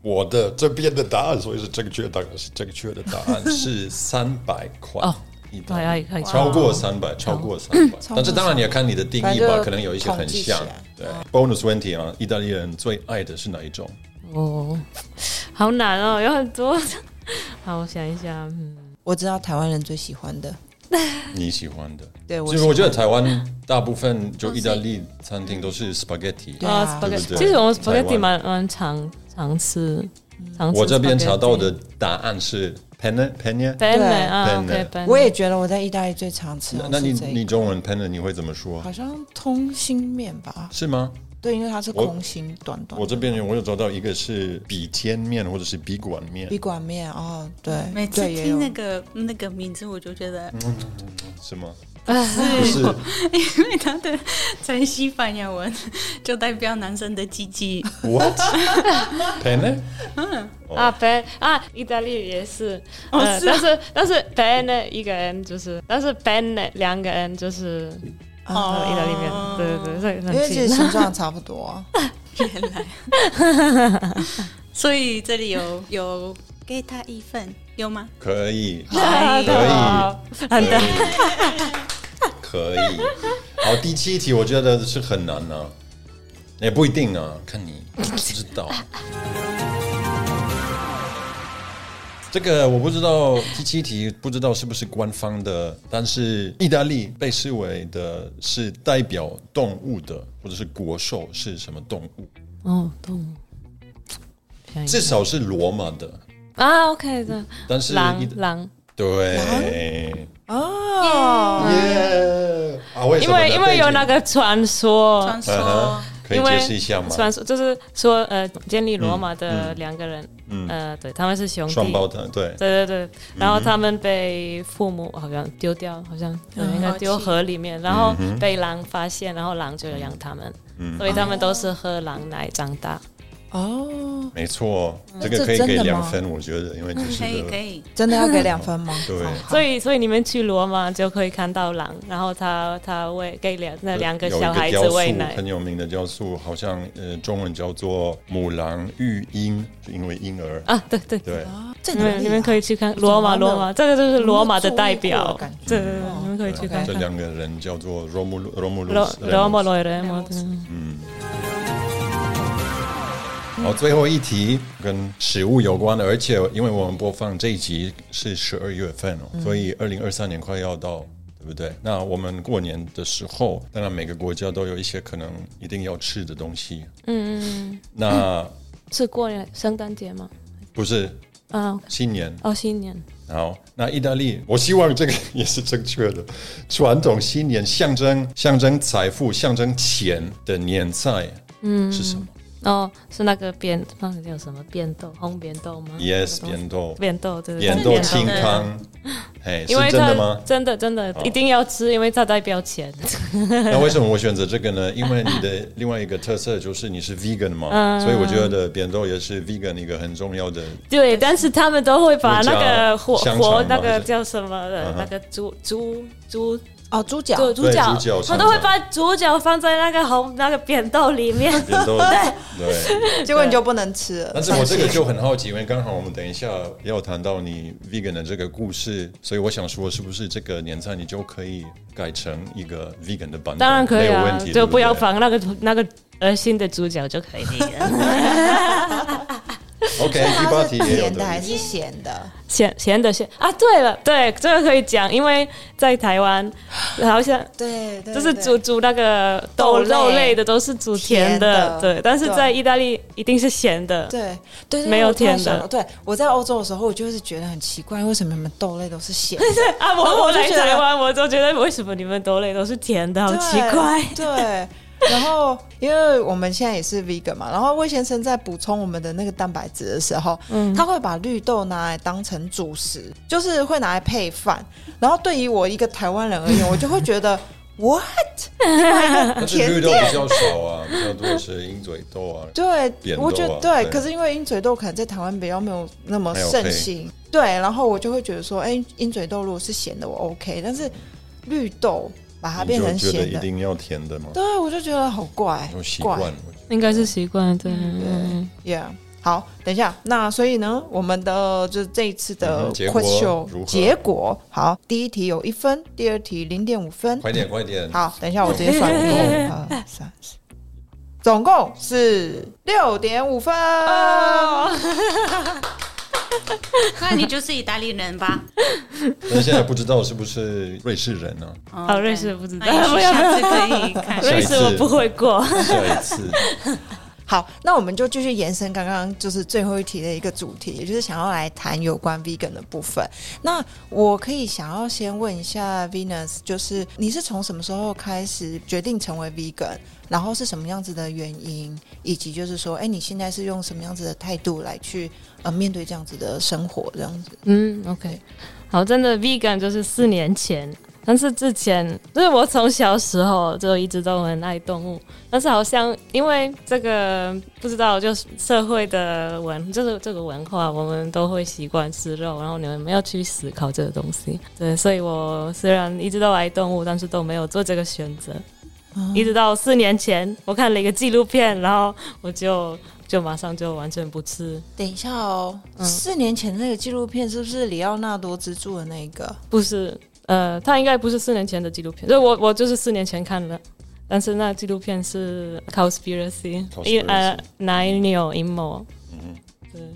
Speaker 3: 我的这边的答案，所以是正确答案是正确的答案是三百块
Speaker 4: 哦
Speaker 3: 一大
Speaker 4: 对
Speaker 3: 利
Speaker 4: 啊，可以
Speaker 3: 超过三百，超过三百，但是当然你要看你的定义
Speaker 2: 反正
Speaker 3: 吧，
Speaker 2: 就
Speaker 3: 可能有一些
Speaker 2: 统
Speaker 3: 很像
Speaker 2: 计起来。
Speaker 3: 对，bonus 问题啊，意大利人最爱的是哪一种？
Speaker 4: 哦，好难哦，有很多。 *laughs* 好，我想一下，嗯，
Speaker 2: 我知道台湾人最喜欢的，
Speaker 3: 你喜欢的？
Speaker 2: 对我
Speaker 3: 其
Speaker 2: 喜
Speaker 3: 实
Speaker 2: 欢嗯哦
Speaker 3: 我觉得台湾大部分就意大利餐厅都是 spaghetti。
Speaker 2: 对啊
Speaker 4: 啊，spaghetti，
Speaker 3: 对不对
Speaker 4: 其实我们
Speaker 3: 台湾
Speaker 4: spaghetti 蛮蛮常常吃，常吃。
Speaker 3: 我这边查到的，答案是 penne penne。
Speaker 2: 对
Speaker 4: 本来啊，
Speaker 3: Penne
Speaker 4: 对，本
Speaker 2: 我也觉得我在意大利最常吃
Speaker 3: 那
Speaker 2: 的
Speaker 3: 那你
Speaker 2: 是这
Speaker 3: 你
Speaker 2: 一，
Speaker 3: 中文 penne 你会怎么说？啊
Speaker 2: 好像通心面吧？
Speaker 3: 是吗？
Speaker 2: 对，因为它是
Speaker 3: 我
Speaker 2: 空心短短
Speaker 3: 我
Speaker 2: 的。
Speaker 3: 这边有我有找到一个是笔尖面或者是笔管面
Speaker 2: 笔，管面哦，对，
Speaker 1: 每次
Speaker 2: 对也
Speaker 1: 听
Speaker 2: 有
Speaker 1: 那个那个名字，我就觉得，
Speaker 3: 嗯是吗？
Speaker 4: 哎
Speaker 2: 啊
Speaker 3: 不是，
Speaker 1: *laughs*
Speaker 2: *laughs*
Speaker 1: 因为他的在西班牙文就代表男生的鸡鸡，
Speaker 2: *laughs*
Speaker 3: What? Penne? 哦
Speaker 4: 啊，本啊，意大利也是，
Speaker 1: 哦
Speaker 4: 呃
Speaker 1: 是啊
Speaker 4: 但是但是本呢一个人就是，但是本呢两个人就是
Speaker 1: 哦
Speaker 2: 啊，
Speaker 4: 呃意大利面，对对对，所以
Speaker 2: 因为
Speaker 4: 很
Speaker 2: 其实
Speaker 4: 近。
Speaker 2: 形状差不多
Speaker 4: *laughs*
Speaker 2: 啊。
Speaker 1: 原来。所以这里有有给他一份，有吗？
Speaker 3: 可以，
Speaker 4: 啊
Speaker 3: 可以
Speaker 4: 好
Speaker 3: 可以，可以。好，第七题我觉得是很难啊，也不一定啊，看你不知道。这个我不知道，第七题不知道是不是官方的，但是意大利被视为的是代表动物的，或者是国兽是什么动物？
Speaker 4: 哦，动物。想一下
Speaker 3: 至少是罗马的，
Speaker 4: 啊，OK 的，
Speaker 3: 但是
Speaker 4: 狼
Speaker 3: 意大
Speaker 4: 狼
Speaker 3: 对，啊
Speaker 2: 哦，
Speaker 3: 耶为什
Speaker 4: 因
Speaker 3: 么呢
Speaker 4: 为因为有那个传说，
Speaker 1: 传
Speaker 3: 嗯哼
Speaker 1: 说，
Speaker 3: 可以
Speaker 4: 因为
Speaker 3: 解释一下吗？
Speaker 4: 传说就是说呃，建立罗马的两个人，
Speaker 3: 嗯
Speaker 4: 呃，对，他们是兄弟，
Speaker 3: 双胞胎，对，
Speaker 4: 对对对，然
Speaker 3: 嗯
Speaker 4: 后他们被父母好像丢掉，好像对应该丢河里
Speaker 3: 嗯
Speaker 4: 面，然后被狼发现，然后狼就养他们，
Speaker 3: 嗯
Speaker 4: 所以他们都是喝狼奶长大。
Speaker 2: 哦，
Speaker 3: 没错，这
Speaker 2: 这
Speaker 3: 个可以
Speaker 2: 真
Speaker 3: 给
Speaker 2: 的
Speaker 3: 两
Speaker 2: 吗
Speaker 3: 分，我觉得，因为就
Speaker 1: 可以
Speaker 3: 是
Speaker 1: 可以，
Speaker 2: 真的要给两分吗？
Speaker 3: *laughs* 对
Speaker 4: 所以，所以你们去罗马就可以看到狼，然后他他喂给两那两个
Speaker 3: 有一
Speaker 4: 小孩子
Speaker 3: 雕
Speaker 4: 喂
Speaker 3: 塑
Speaker 4: 奶，
Speaker 3: 很有名的雕塑，好像呃中文叫做母狼育婴，就因为婴儿
Speaker 4: 啊，对对。
Speaker 3: 对，
Speaker 2: 这
Speaker 4: 你们你们可
Speaker 2: 以
Speaker 4: 以去看罗马，
Speaker 2: 怎么了
Speaker 4: 罗马，这个就是罗马的代
Speaker 2: 我没有做过
Speaker 4: 表
Speaker 2: 的感觉，哦
Speaker 4: 对对对，你们可以去看
Speaker 3: 这
Speaker 4: 看。
Speaker 3: 两个人叫做罗姆罗姆
Speaker 4: 罗
Speaker 3: 罗
Speaker 4: 罗马罗人，我
Speaker 3: 好，最后一题跟食物有关的，而且因为我们播放这一集是十二月份哦，所以二零二三年快要到。对不对？那我们过年的时候，当然每个国家都有一些可能一定要吃的东西。
Speaker 4: 嗯，嗯嗯
Speaker 3: 那
Speaker 4: 是过年圣诞节吗？
Speaker 3: 不是
Speaker 4: 啊，
Speaker 3: 新年，
Speaker 4: 哦，新年。
Speaker 3: 好，那意大利，我希望这个也是正确的。传统新年象征象征财富、象征钱的年菜，嗯，是什么
Speaker 4: 哦，是那个扁，那个叫什么扁豆，红扁豆吗
Speaker 3: ？Yes，
Speaker 4: 那个东西
Speaker 3: 扁豆，
Speaker 4: 扁豆，对对对，
Speaker 3: 扁豆
Speaker 1: 扁豆
Speaker 3: 清
Speaker 4: *laughs*
Speaker 3: 汤，哎，是
Speaker 4: 因为
Speaker 3: 真的
Speaker 4: 它 *laughs*
Speaker 3: 吗？哦
Speaker 4: 真的真的一定要吃，因为它代表钱。 *laughs*
Speaker 3: 那为什么我选择这个呢？因为你的另外一个特色就是你是 vegan
Speaker 4: *laughs*
Speaker 3: 嘛，
Speaker 4: 嗯
Speaker 3: 所以我觉得扁豆也是 vegan 一个很重要的。
Speaker 4: 对，但是他们都会把那个
Speaker 3: 胡椒
Speaker 4: 活
Speaker 3: 香肠
Speaker 4: 活
Speaker 3: 吗
Speaker 4: 那
Speaker 3: 还
Speaker 4: 个
Speaker 3: 是
Speaker 4: 叫什么的
Speaker 3: 嗯，哼
Speaker 4: 那个猪猪猪
Speaker 2: 哦，猪脚
Speaker 4: 对猪
Speaker 3: 对
Speaker 4: 脚
Speaker 3: 猪脚，
Speaker 4: 他
Speaker 3: 香肠
Speaker 4: 都会把猪脚放在那个红那个扁豆里
Speaker 3: *laughs*
Speaker 4: 面。
Speaker 3: 扁
Speaker 4: *laughs*
Speaker 3: 豆对，
Speaker 2: 结果你就不能吃了
Speaker 3: 但。是我这个就很好奇，因为刚好我们等一下要谈到你 vegan 的这个故事，所以我想说，是不是这个年菜你就可以改成一个 vegan 的版本？
Speaker 4: 当然可以
Speaker 3: 没有
Speaker 4: 啊
Speaker 3: 问题，，
Speaker 4: 就不要
Speaker 3: 对
Speaker 4: 放那个那个恶心的猪脚就可以了。
Speaker 2: *laughs*
Speaker 3: 不对。OK，第
Speaker 2: 它
Speaker 3: 八
Speaker 2: 是
Speaker 3: 题也有
Speaker 2: 甜的
Speaker 3: 的
Speaker 2: 还。是咸的？
Speaker 4: 咸咸的咸啊，对了，对这个可以讲，因为在台湾好像
Speaker 2: 对，对
Speaker 4: 就是
Speaker 2: 对
Speaker 4: 煮煮那个豆
Speaker 2: 豆类
Speaker 4: 肉类的都是煮甜的，
Speaker 2: 甜的
Speaker 4: 对。但是
Speaker 2: 对
Speaker 4: 在意大利一定是咸的，
Speaker 2: 对对对，
Speaker 4: 没有
Speaker 2: 我突然
Speaker 4: 甜的
Speaker 2: 想到对，我在欧洲的时候，我就是觉得很奇怪，为什么你们豆类都是咸的？
Speaker 4: *laughs* *laughs* 啊！我
Speaker 2: 然后
Speaker 4: 我
Speaker 2: 我就
Speaker 4: 来
Speaker 2: 觉得
Speaker 4: 台湾，我就觉得为什么你们豆类都是甜的，好
Speaker 2: 对
Speaker 4: 奇怪。
Speaker 2: 对。然后，因为我们现在也是 vegan 嘛，然后魏先生在补充我们的那个蛋白质的时候，
Speaker 4: 嗯
Speaker 2: 他会把绿豆拿来当成主食，就是会拿来配饭。然后对于我一个台湾人而言，我就会觉得 *laughs* what？
Speaker 3: 但是绿豆比较少啊，比较多是鹰嘴豆啊。
Speaker 2: 对，
Speaker 3: 扁豆啊
Speaker 2: 我觉得对。
Speaker 3: 对
Speaker 2: 可是因为鹰嘴豆可能在台湾比较没有那么
Speaker 3: 还有
Speaker 2: 盛
Speaker 3: 配
Speaker 2: 行，对。然后我就会觉得说，哎，鹰嘴豆如果是咸的，我 OK，但是绿豆把它
Speaker 3: 你
Speaker 2: 变
Speaker 3: 就
Speaker 2: 成
Speaker 3: 觉得
Speaker 2: 咸
Speaker 3: 一
Speaker 2: 的，
Speaker 3: 定要甜的吗？
Speaker 2: 对我就觉得好怪，
Speaker 3: 有习
Speaker 2: 怪
Speaker 3: 惯。
Speaker 4: 应该是习惯，对。
Speaker 2: Yeah，好，等一下，那所以呢，我们的就是这一次
Speaker 3: 嗯
Speaker 2: 的
Speaker 3: 哼结果
Speaker 2: question
Speaker 3: 如何
Speaker 2: 结果，好，第一题有一分，第二题零点五分。
Speaker 3: 快点，快点！
Speaker 2: 好，等一下我直接算，一二三四，总共是六点五分。
Speaker 1: 那你就是意大利人吧？
Speaker 3: 但现在不知道是不是瑞士人
Speaker 2: *laughs*
Speaker 3: 啊呢？
Speaker 1: 哦
Speaker 4: 好
Speaker 1: 对
Speaker 4: 瑞士不知道
Speaker 1: 那也许下次可以看。
Speaker 3: 下
Speaker 4: *laughs* 瑞
Speaker 3: 一
Speaker 4: 士
Speaker 3: 次
Speaker 4: 我不会过，
Speaker 3: 下一次，
Speaker 2: 好，那我们就继续延伸刚刚就是最后一题的一个主题，也就是想要来谈有关 vegan 的部分。那我可以想要先问一下 Venus，就是你是从什么时候开始决定成为 vegan，然后是什么样子的原因，以及就是说，哎、你现在是用什么样子的态度来去呃面对这样子的生活这样子？
Speaker 4: 嗯，OK，好，真的 vegan 就是四年前，但是之前就是我从小时候就一直都很爱动物，但是好像因为这个不知道，就是社会的文，就是这个文化，我们都会习惯吃肉，然后你们没有去思考这个东西，对，所以我虽然一直都爱动物，但是都没有做这个选择。一直到四年前，我看了一个纪录片，然后我就就马上就完全不吃，
Speaker 2: 等一下哦，四年前那个纪录片是不是里奥纳多之助的那个？
Speaker 4: 不是，呃，他应该不是四年前的纪录片，对我我就是四年前看的，但是那纪录片是 conspiracy，一呃
Speaker 3: Conspiracy
Speaker 4: 哪一有阴谋，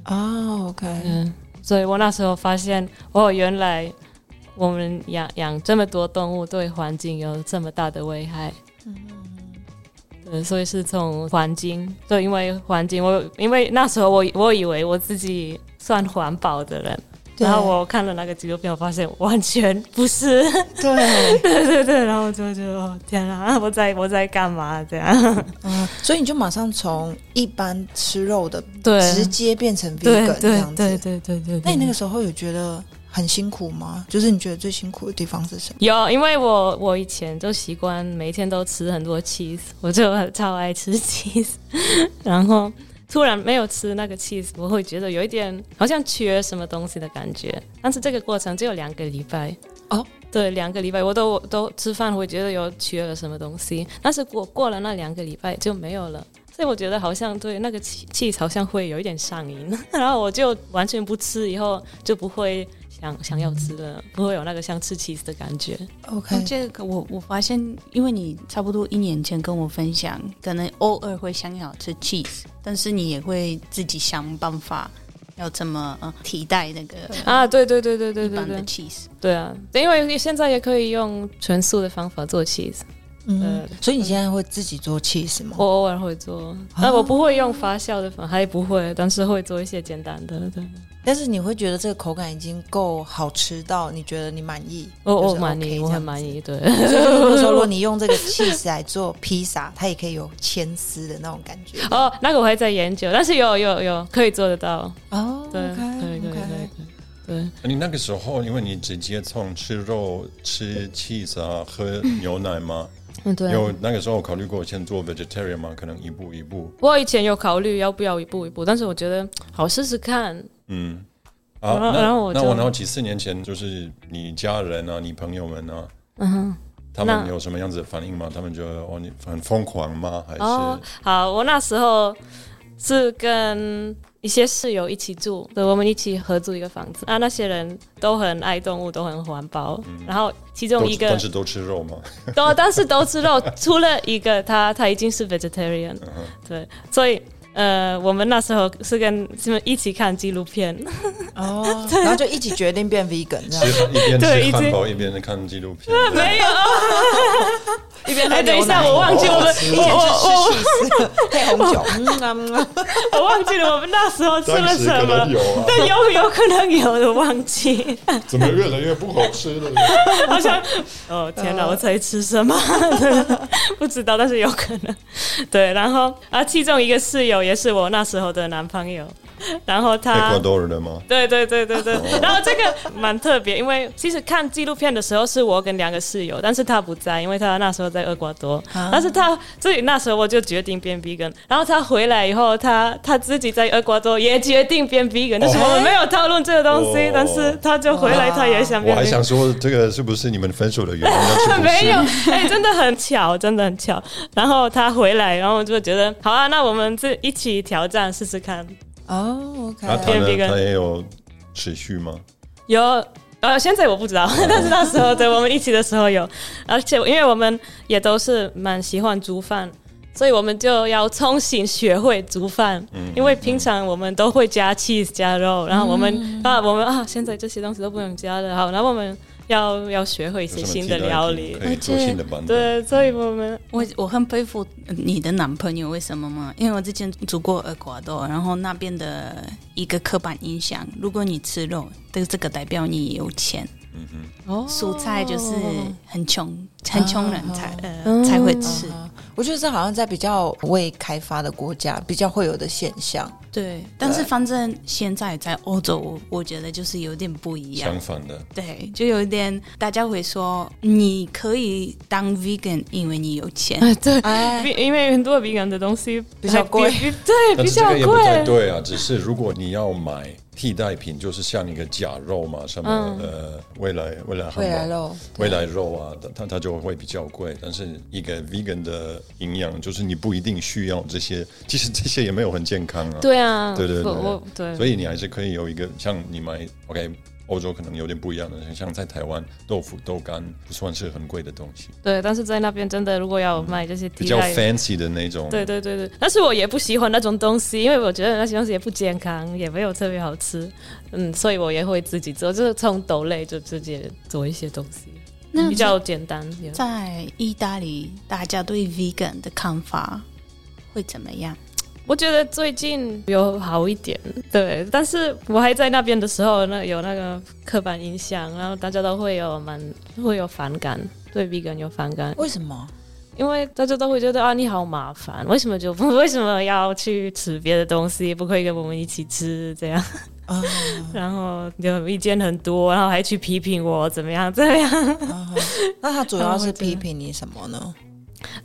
Speaker 2: 哦，OK、o k
Speaker 4: 嗯，所以我那时候发现，哦，原来我们养养这么多动物对环境有这么大的危害，嗯，所以是从环境，对，因为环境，我因为那时候我我以为我自己算环保的人，
Speaker 2: 对
Speaker 4: 然后我看了那个纪录片，我发现完全不是，
Speaker 2: 对，
Speaker 4: 对对对，然后我就觉得哦天啊，我在我在干嘛这样？
Speaker 2: 嗯，所以你就马上从一般吃肉的
Speaker 4: 对
Speaker 2: 直接变成
Speaker 4: 对
Speaker 2: vegan 这
Speaker 4: 对
Speaker 2: 样
Speaker 4: 对
Speaker 2: 子。
Speaker 4: 对对对。
Speaker 2: 那你那个时候有觉得很辛苦吗？就是你觉得最辛苦的地方是什么？
Speaker 4: 有，因为我我以前就习惯每天都吃很多 cheese，我就很超爱吃 cheese，然 *laughs* 后突然没有吃那个 cheese，我会觉得有一点好像缺什么东西的感觉。但是这个过程只有两个礼拜
Speaker 2: 哦，
Speaker 4: 对，两个礼拜我都我都吃饭会觉得有缺了什么东西，但是过过了那两个礼拜就没有了。所以我觉得好像对那个 cheese 好像会有一点上瘾， *laughs* 然后我就完全不吃，以后就不会想想要吃了，不会有那个像吃 cheese 的感觉。
Speaker 2: OK，
Speaker 1: 这个我我发现，因为你差不多一年前跟我分享，可能偶尔会想要吃 cheese，但是你也会自己想办法要怎么呃替代那个
Speaker 4: 啊，对对对对对
Speaker 1: 一
Speaker 4: 对
Speaker 1: 般的
Speaker 4: 对，
Speaker 1: cheese。
Speaker 4: 对啊，因为现在也可以用纯素的方法做 cheese，
Speaker 2: 嗯
Speaker 4: 呃，
Speaker 2: 所以你现在会自己做 cheese 吗
Speaker 4: 我？偶尔会做，那、我不会用发酵的粉，还不会，但是会做一些简单的。对，
Speaker 2: 但是你会觉得这个口感已经够好吃到你觉得你满意？
Speaker 4: 我
Speaker 2: 就是
Speaker 4: 我
Speaker 2: OK
Speaker 4: 哦满意，我
Speaker 2: 这
Speaker 4: 很
Speaker 2: 样
Speaker 4: 满意。对，
Speaker 2: *laughs* 所以就是说，如果你用这个 cheese 来做披萨，它也可以有牵丝的那种感觉。
Speaker 4: 哦，那个我还在研究，但是有有有可以做得到。
Speaker 2: 哦
Speaker 4: 对，可以可以可以可以。
Speaker 3: 你那个时候，因为你直接从吃肉、吃 cheese 啊、喝牛奶吗？
Speaker 4: 对，嗯，对啊。
Speaker 3: 有那个时候考虑过先做 vegetarian 吗？可能一步一步，
Speaker 4: 我以前有考虑要不要一步一步，但是我觉得好试试看。
Speaker 3: 嗯。
Speaker 4: 然后
Speaker 3: 那
Speaker 4: 然后我
Speaker 3: 那
Speaker 4: 就
Speaker 3: 我然后几四年前就是你家人啊、你朋友们啊，
Speaker 4: 嗯哼。
Speaker 3: 他
Speaker 4: 那
Speaker 3: 们有什么样子的反应吗？他们觉得哦你很疯狂吗？还是、
Speaker 4: 哦，好，我那时候是跟一些室友一起住，对，我们一起合租一个房子啊。那些人都很爱动物，都很环保。然后其
Speaker 3: 嗯
Speaker 4: 中
Speaker 3: 都
Speaker 4: 一个
Speaker 3: 但是都吃肉吗？ *laughs*
Speaker 4: *laughs* 都但是都吃肉，除了一个他他已经是 vegetarian，对，
Speaker 3: 嗯
Speaker 4: 所以。呃，我们那时候是跟他们一起看纪录片，
Speaker 2: 哦，然后就一起决定变 vegan 这样。
Speaker 3: 吃一边
Speaker 4: 对已
Speaker 3: 吃
Speaker 4: 经
Speaker 3: 汉堡一边看纪录片，
Speaker 4: 没 *laughs* 有，
Speaker 2: 一边
Speaker 4: 哎，等一下，我忘记我们，我
Speaker 2: 哦
Speaker 4: 我
Speaker 2: *laughs*
Speaker 4: 我
Speaker 2: 配红酒，嗯啊嗯啊
Speaker 4: *laughs* 我忘记了我们那时候吃
Speaker 3: 当
Speaker 4: 了
Speaker 3: 时
Speaker 4: 什
Speaker 3: 可
Speaker 4: 么
Speaker 3: 能，有啊，
Speaker 4: 对，有有可能有的忘记。
Speaker 3: 怎么越来越不好吃
Speaker 4: *laughs*
Speaker 3: 了？
Speaker 4: 好像哦天哪，我才吃什么？ *laughs* 不知道，但是有可能。对，然后啊，其中一个室友也是我那时候的男朋友，然后
Speaker 3: 太
Speaker 4: 他
Speaker 3: 过。多人了吗？
Speaker 4: 对对对对对，
Speaker 3: 哦
Speaker 4: 然后这个蛮特别，因为其实看纪录片的时候是我跟两个室友，但是他不在，因为他那时候在厄瓜多。但是他自己那时候我就决定变 vegan，然后他回来以后，他他自己在厄瓜多也决定变 vegan，但是我们没有讨论这个东西
Speaker 3: 哦，
Speaker 4: 但是他就回来，他也想
Speaker 3: 我
Speaker 4: 变 vegan。
Speaker 3: 还想说这个是不是你们分手的原因？但是不是
Speaker 4: *laughs* 没有，哎、真的很巧，真的很巧。然后他回来，然后我就觉得，好啊，那我们这一起挑战试试看。
Speaker 2: 哦，OK，
Speaker 3: 那他呢
Speaker 4: 变？vegan
Speaker 3: 他也有持续吗？
Speaker 4: 有，呃，现在我不知道， *laughs* 但是那时候对我们一起的时候有，而且因为我们也都是蛮喜欢煮饭。所以我们就要重新学会煮饭，因为平常我们都会加 cheese 加肉，然后我们、啊，我们啊，现在这些东西都不能加了，好，然后我们要要学会一
Speaker 3: 有
Speaker 4: 些
Speaker 3: 什么
Speaker 4: 新
Speaker 3: 替
Speaker 4: 的
Speaker 3: 代
Speaker 4: 料
Speaker 3: 品
Speaker 4: 理，
Speaker 3: 可以做新的版本。
Speaker 4: 对，所以我们
Speaker 1: 我我很佩服你的男朋友，为什么吗？因为我之前住过厄瓜多，然后那边的一个刻板印象，如果你吃肉，这这个代表你有钱，
Speaker 3: 嗯哼，
Speaker 4: 哦
Speaker 1: 蔬菜就是很穷，很穷人才、
Speaker 4: 嗯
Speaker 1: 呃才会吃。
Speaker 2: 我觉得这好像在比较未开发的国家比较会有的现象。
Speaker 1: 对，但是反正现在在欧洲，我我觉得就是有点不一样
Speaker 3: 相。反的，
Speaker 1: 对，就有点大家会说，你可以当 vegan，因为你有钱。
Speaker 4: 哎，对，
Speaker 2: 哎，
Speaker 4: 比 *laughs* 因为很多比 e 的东西
Speaker 2: 比较贵
Speaker 4: 还比比对，
Speaker 3: 但
Speaker 4: 比
Speaker 3: 是这
Speaker 4: 较
Speaker 3: 个也不太
Speaker 4: 贵。
Speaker 3: 对啊。只是如果你要买替代品，就是像一个假肉嘛，什么
Speaker 4: 嗯
Speaker 3: 呃，未来未来汉
Speaker 2: *laughs* 未来
Speaker 3: 堡。
Speaker 2: 肉，
Speaker 3: 未来肉啊，它它它就会比较贵，但是一个 vegan 的营养就是你不一定需要这些，其实这些也没有很健康啊。
Speaker 4: 对啊，
Speaker 3: 对对对
Speaker 4: 我我对，
Speaker 3: 所以你还是可以有一个像你买 OK，欧洲可能有点不一样的，像在台湾豆腐豆干不算是很贵的东西，
Speaker 4: 对，但是在那边真的，如果要买这些
Speaker 3: 比
Speaker 4: 替
Speaker 3: 较
Speaker 4: 代，
Speaker 3: fancy 的那种。
Speaker 4: 对对对对，但是我也不喜欢那种东西，因为我觉得那些东西也不健康，也没有特别好吃，嗯，所以我也会自己做，就是从豆类就直接做一些东西，
Speaker 1: 那
Speaker 4: 比较简单。也
Speaker 1: 在意大利，大家对 vegan 的看法会怎么样？
Speaker 4: 我觉得最近有好一点，对。但是我还在那边的时候，那有那个刻板印象，然后大家都会有蛮会有反感，对 vegan 有反感，
Speaker 2: 为什么？
Speaker 4: 因为大家都会觉得啊，你好麻烦，为什么就 *laughs* 为什么要去吃别的东西，不可以跟我们一起吃这样？
Speaker 2: 啊、
Speaker 4: *laughs* 然后有意见很多，然后还去批评我怎么样怎么样。
Speaker 2: 那他主要
Speaker 4: 啊我
Speaker 2: 是
Speaker 4: 真的
Speaker 2: 批评你什么呢？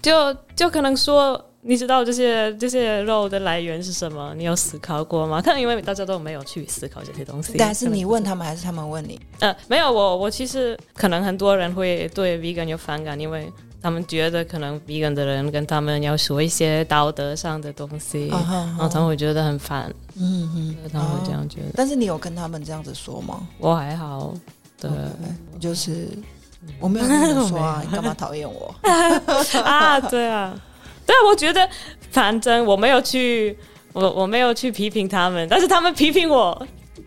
Speaker 4: 就就可能说，你知道这些这些肉的来源是什么？你有思考过吗？可能因为大家都没有去思考这些东西。
Speaker 2: 但是你
Speaker 4: 可能
Speaker 2: 问他们，还是他们问你？
Speaker 4: 呃，没有我我其实可能很多人会对 vegan 有反感，因为他们觉得可能 vegan 的人跟他们要说一些道德上的东西，
Speaker 2: 啊哈
Speaker 4: 然后他们会觉得很烦，
Speaker 2: 嗯嗯。
Speaker 4: 他们会这样觉得。
Speaker 2: 但是你有跟他们这样子说吗？
Speaker 4: 我还好，对
Speaker 2: 你就是我没有跟你说
Speaker 4: *laughs*
Speaker 2: 啊，你干嘛讨厌我？ *laughs*
Speaker 4: 啊，对啊，对啊，我觉得反正我没有去。我我没有去批评他们，但是他们批评我，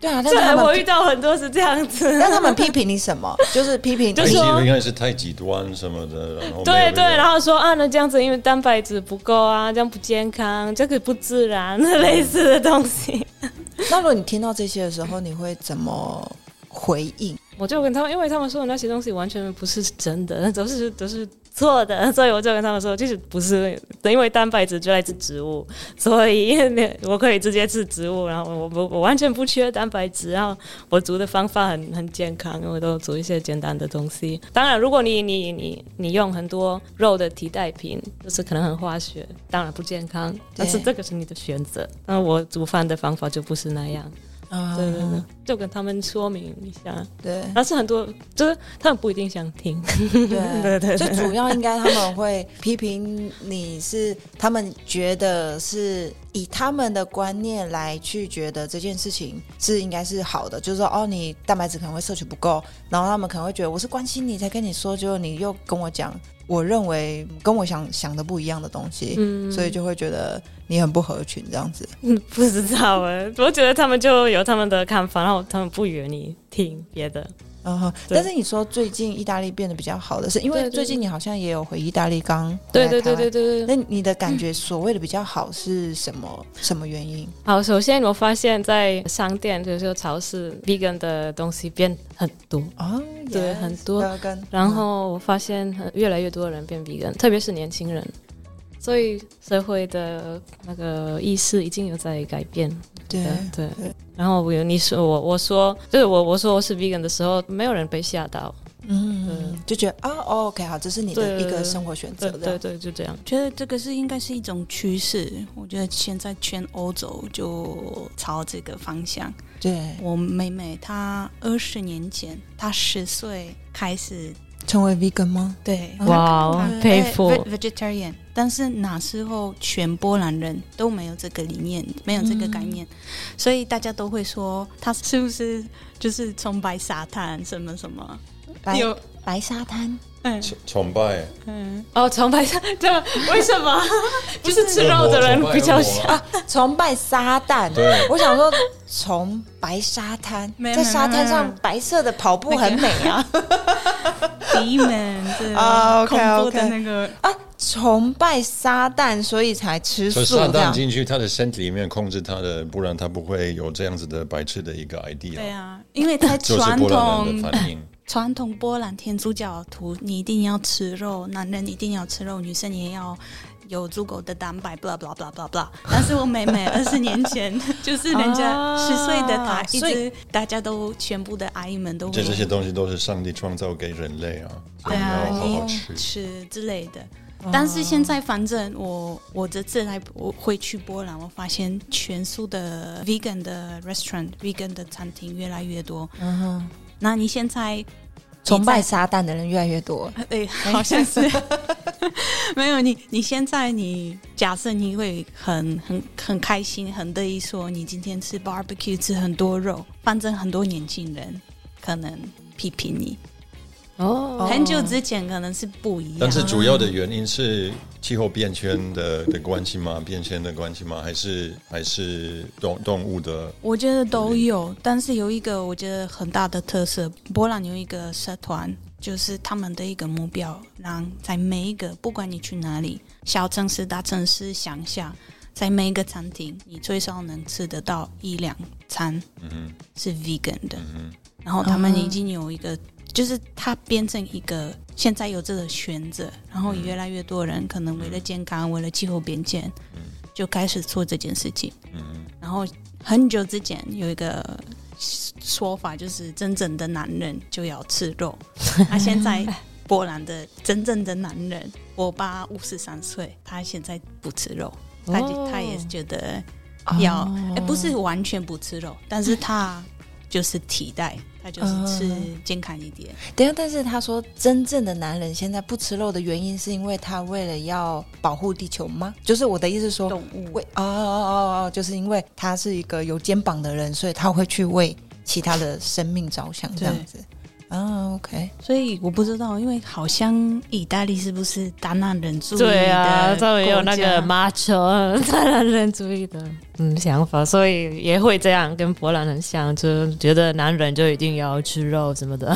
Speaker 2: 对啊，但
Speaker 4: 这
Speaker 2: 是他
Speaker 4: 我遇
Speaker 2: 们，
Speaker 4: 到很多是这样子。
Speaker 2: 但他们批评你什么？就是批评，
Speaker 4: 就
Speaker 3: 太
Speaker 4: 是
Speaker 3: 极
Speaker 4: 说
Speaker 3: 哎应该是太极端什么的，然后没有
Speaker 4: 对
Speaker 3: 那个
Speaker 4: 对，然后说啊，那这样子因为蛋白质不够啊，这样不健康，这个不自然， *laughs* 类似的东西，
Speaker 2: 那如果你听到这些的时候，你会怎么回应？
Speaker 4: 我就跟他们，因为他们说的那些东西完全不是真的，都是都是错的，所以我就跟他们说，其实不是，因为蛋白质就来自植物，所以我可以直接吃植物，然后我不我完全不缺蛋白质，然后我煮的方法很很健康，我都煮一些简单的东西。当然，如果你你你你用很多肉的替代品，就是可能很化学，当然不健康，但是这个是你的选择。那我煮饭的方法就不是那样，
Speaker 2: 啊
Speaker 4: 对对对，就跟他们说明一下。
Speaker 2: 对
Speaker 4: 但是很多就是他们不一定想听，
Speaker 2: *laughs* 对对，最主要应该他们会批评你是他们觉得是以他们的观念来去觉得这件事情是应该是好的，就是说哦，你蛋白质可能会摄取不够，然后他们可能会觉得我是关心你才跟你说，结果你又跟我讲我认为跟我想想的不一样的东西，
Speaker 4: 嗯
Speaker 2: 所以就会觉得你很不合群这样子。
Speaker 4: 不知道哎、我觉得他们就有他们的看法，然后他们不愿意听别的。
Speaker 2: 嗯哼，
Speaker 4: 对
Speaker 2: 但是你说最近意大利变得比较好的是，因
Speaker 4: 对
Speaker 2: 为
Speaker 4: 对
Speaker 2: 最近你好像也有回意大利刚
Speaker 4: 对
Speaker 2: 回来
Speaker 4: 对
Speaker 2: 台
Speaker 4: 对
Speaker 2: 湾
Speaker 4: 对对对。嗯
Speaker 2: 那你的感觉所谓的比较好是什么？什么原因？
Speaker 4: 好，首先我发现，在商店就是说超市 vegan 的东西变很多，
Speaker 2: 啊，
Speaker 4: 对
Speaker 2: yes，
Speaker 4: 很多
Speaker 2: 都要跟
Speaker 4: 然后我发现很越来越多人变 vegan，特别是年轻人，所以社会的那个意识已经有在改变。
Speaker 2: 嗯对
Speaker 4: 对
Speaker 2: 对
Speaker 4: 对。然后我有你说我我说就是我我说我是 vegan 的时候，没有人被吓到。
Speaker 2: 嗯，就觉得啊、哦、，OK，好，这是你的
Speaker 4: 对
Speaker 2: 一个生活选择
Speaker 4: 对对
Speaker 2: 的。
Speaker 4: 对，就这样。
Speaker 1: 觉得这个是应该是一种趋势，我觉得现在全欧洲就朝这个方向。
Speaker 2: 对，
Speaker 1: 我妹妹她二十年前，她十岁开始
Speaker 2: 成为 vegan 吗？
Speaker 1: 对
Speaker 4: 哇哦
Speaker 1: 呃
Speaker 4: 佩服
Speaker 1: ve- vegetarian，但是那时候全波兰人都没有这个理念，没有这个概念，所以大家都会说他是不是就是崇拜沙滩什么什么？
Speaker 2: 白
Speaker 1: 有
Speaker 2: 白沙滩， *laughs*
Speaker 1: 嗯
Speaker 3: 崇崇拜
Speaker 1: 嗯，
Speaker 4: 哦，崇拜下，对，为什 *laughs* 么？就是吃肉啊的人比较
Speaker 3: 恶魔
Speaker 4: 少。
Speaker 2: 崇拜撒旦。
Speaker 3: 对
Speaker 2: 我想说，崇白沙滩，
Speaker 1: 没有
Speaker 2: 在沙滩
Speaker 1: 没有没
Speaker 2: 上
Speaker 1: 有
Speaker 2: 白色的跑步很美
Speaker 1: *laughs*
Speaker 2: 啊
Speaker 1: 敌们这
Speaker 2: 啊
Speaker 1: 恐
Speaker 2: ，OK，OK
Speaker 1: 怖的那个
Speaker 2: 啊！崇拜撒旦，所以才吃
Speaker 3: 所以
Speaker 2: 素
Speaker 3: 撒
Speaker 2: 这
Speaker 3: 旦
Speaker 2: 样。
Speaker 3: 进去他的身体里面控制他的，不然他不会有这样子的白痴的一个 idea。
Speaker 1: 对啊，因为在
Speaker 3: *laughs* 就是
Speaker 1: 传
Speaker 3: 波兰
Speaker 1: 统
Speaker 3: 人的反应。
Speaker 1: 传统波兰天主教徒，你一定要吃肉，男人一定要吃肉，女生也要有足够的蛋白，blah blah blah blah blah。但是我妹妹二十年前，
Speaker 2: *laughs*
Speaker 1: 就是人家
Speaker 4: 啊
Speaker 1: 十岁的她，一
Speaker 2: 所以
Speaker 1: 直大家都全部的阿姨们都
Speaker 3: 这这些
Speaker 1: 会
Speaker 3: 东西都是上帝创造给人类啊，所
Speaker 1: 对
Speaker 3: 以你
Speaker 1: 啊
Speaker 3: 要好好
Speaker 1: 你
Speaker 3: 吃。
Speaker 1: 吃之类的。
Speaker 2: 嗯
Speaker 1: 但是现在，反正我我这次来我会去波兰，我发现全素的 vegan 的 restaurant、vegan 的餐厅越来越多。
Speaker 2: 嗯哼，
Speaker 1: 那你现在呃
Speaker 2: 崇拜撒旦的人越来越多。
Speaker 1: 对，哎好像是 *laughs* 没有你。你现在你假设你会很很很开心，很乐意说你今天吃 barbecue 吃很多肉，反正很多年轻人可能批评你。
Speaker 4: 哦
Speaker 1: 很久之前可能是不一样，
Speaker 3: 但是主要的原因是气候变迁的的关系吗？变迁的关系吗？还是还是动动物的？
Speaker 1: 我觉得都有，但是有一个我觉得很大的特色，波兰有一个社团，就是他们的一个目标，让在每一个不管你去哪里，小城市、大城市、乡下，在每一个餐厅，你最少能吃得到一两餐
Speaker 3: 嗯
Speaker 1: 是 vegan 的。
Speaker 3: 哼嗯
Speaker 1: 然后他们已经有一个，就是它变成一个现在有这个选择，然后越来越多人可能为了健康，为了气候变迁，就开始做这件事情。
Speaker 3: 哼嗯哼
Speaker 1: 然后很久之前有一个说法，就是真正的男人就要吃肉。 *laughs* 那、现在波兰的真正的男人，我爸五十三岁，他现在不吃肉，他就、
Speaker 4: 哦
Speaker 1: 他也觉得
Speaker 2: 啊
Speaker 1: 要，哎、不是完全不吃肉，但是他就是替代，他就是吃健康一点。
Speaker 2: 等一下，但是他说，真正的男人现在不吃肉的原因，是因为他为了要保护地球吗？就是我的意思是说，
Speaker 1: 动物
Speaker 2: 为哦哦哦哦，就是因为他是一个有肩膀的人，所以他会去为其他的生命着想，这样子。啊，OK，
Speaker 1: 所以我不知道，因为好像意大利是不是达纳人主义的
Speaker 4: 对啊，他们有
Speaker 1: 国
Speaker 4: 那
Speaker 1: 家
Speaker 4: 个 macho *laughs* 当然人主义的嗯想法，所以也会这样跟波兰很像，就觉得男人就一定要吃肉什么的。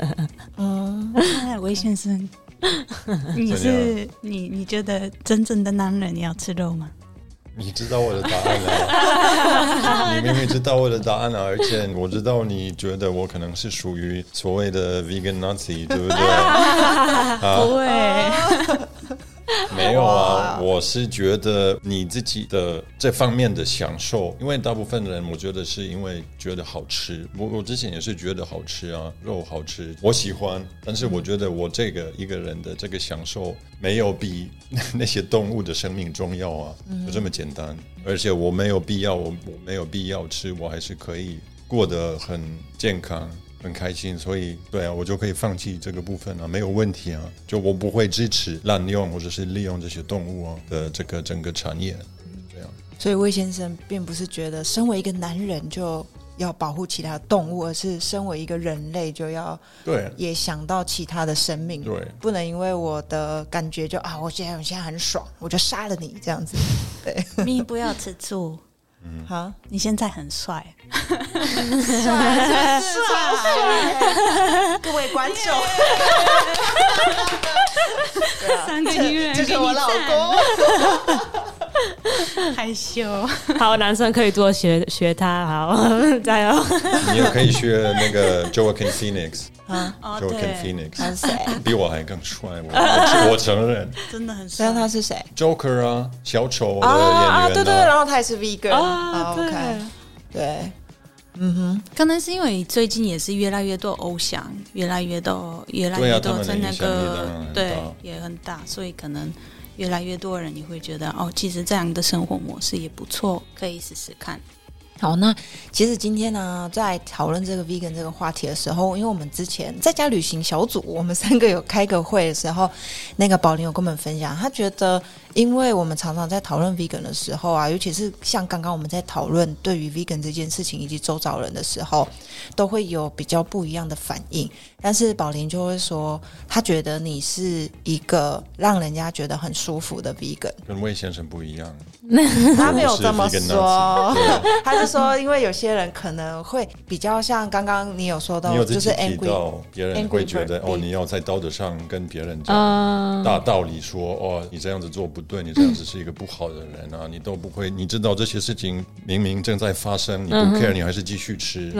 Speaker 4: *laughs*
Speaker 2: 嗯，
Speaker 1: 哎，魏先
Speaker 3: *laughs*
Speaker 1: 生，你
Speaker 3: 怎
Speaker 1: 是你你觉得真正的男人要吃肉吗？
Speaker 3: 你知道我的答案了、你明明知道我的答案了、而且我知道你觉得我可能是属于所谓的 vegan Nazi，对不对？
Speaker 1: 不会， *laughs*
Speaker 3: *laughs* 没有啊，我是觉得你自己的这方面的享受，因为大部分人我觉得是因为觉得好吃，我我之前也是觉得好吃啊，肉好吃，我喜欢，但是我觉得我这个一个人的这个享受没有比 *laughs* 那些动物的生命重要啊，就这么简单。而且我没有必要，我我没有必要吃，我还是可以过得很健康。很开心，所以对啊，我就可以放弃这个部分啊，没有问题啊。就我不会支持滥用或者是利用这些动物啊的这个整个产业，这样。
Speaker 2: 所以魏先生并不是觉得身为一个男人就要保护其他动物，而是身为一个人类就要
Speaker 3: 对
Speaker 2: 也想到其他的生命，
Speaker 3: 对，
Speaker 2: 不能因为我的感觉就啊，我现在我现在很爽，我就杀了你这样子
Speaker 1: 你不要吃醋，
Speaker 3: 嗯
Speaker 2: 好，
Speaker 1: 你现在很帅。 *laughs*
Speaker 2: 帅帅，啊各位观众，
Speaker 1: 三个女人
Speaker 2: 这是我老公。
Speaker 1: 公害羞，
Speaker 4: 好，男生可以多学学他，好， *laughs* 加油！
Speaker 3: 你也可以学那个 *laughs* Joaquin Phoenix，Joaquin
Speaker 1: 哦
Speaker 3: Phoenix
Speaker 2: 他是谁？
Speaker 3: 比我还更帅，我我我承认。
Speaker 1: 真的很
Speaker 2: 知道
Speaker 1: 帅。
Speaker 2: 他是谁
Speaker 3: Joker 啊，小丑的
Speaker 2: 啊
Speaker 3: 演员
Speaker 2: 啊！对对对，然后他也是 V 哥
Speaker 4: 啊对
Speaker 2: ，OK，对，嗯哼，
Speaker 1: 可能是因为最近也是越来越多偶像，越来越多，越来
Speaker 3: 对
Speaker 1: 越
Speaker 3: 啊他
Speaker 1: 多
Speaker 3: 们的
Speaker 1: 在那
Speaker 3: 影响力当然
Speaker 1: 个
Speaker 3: 很大
Speaker 1: 对也很大，所以可能越来越多人你会觉得哦，其实这样的生活模式也不错，可以试试看。
Speaker 2: 好，那其实今天呢，在讨论这个 vegan 这个话题的时候，因为我们之前在家旅行小组，我们三个有开个会的时候，那个宝林有跟我们分享，他觉得，因为我们常常在讨论 vegan 的时候啊，尤其是像刚刚我们在讨论对于 vegan 这件事情以及周遭人的时候，都会有比较不一样的反应。但是宝林就会说，他觉得你是一个让人家觉得很舒服的 vegan，
Speaker 3: 跟魏先生不一样，
Speaker 2: 他没有这么
Speaker 3: 嗯我是 vegan
Speaker 2: 说
Speaker 3: Nazi，。对
Speaker 2: 他是说，因为有些人可能会比较像刚刚你有说 *laughs* 到
Speaker 3: 你有，自
Speaker 2: 哦就是
Speaker 3: 己提
Speaker 2: angry，
Speaker 3: 到，别人会觉得
Speaker 2: angry bird
Speaker 3: 哦，你要在道德上跟别人讲。
Speaker 4: 嗯，
Speaker 3: 大道理说哦，你这样子做不对，你这样子是一个不好的人啊，你都不会，你知道这些事情明明正在发生，你不
Speaker 2: 嗯
Speaker 3: care，、你还是继续吃，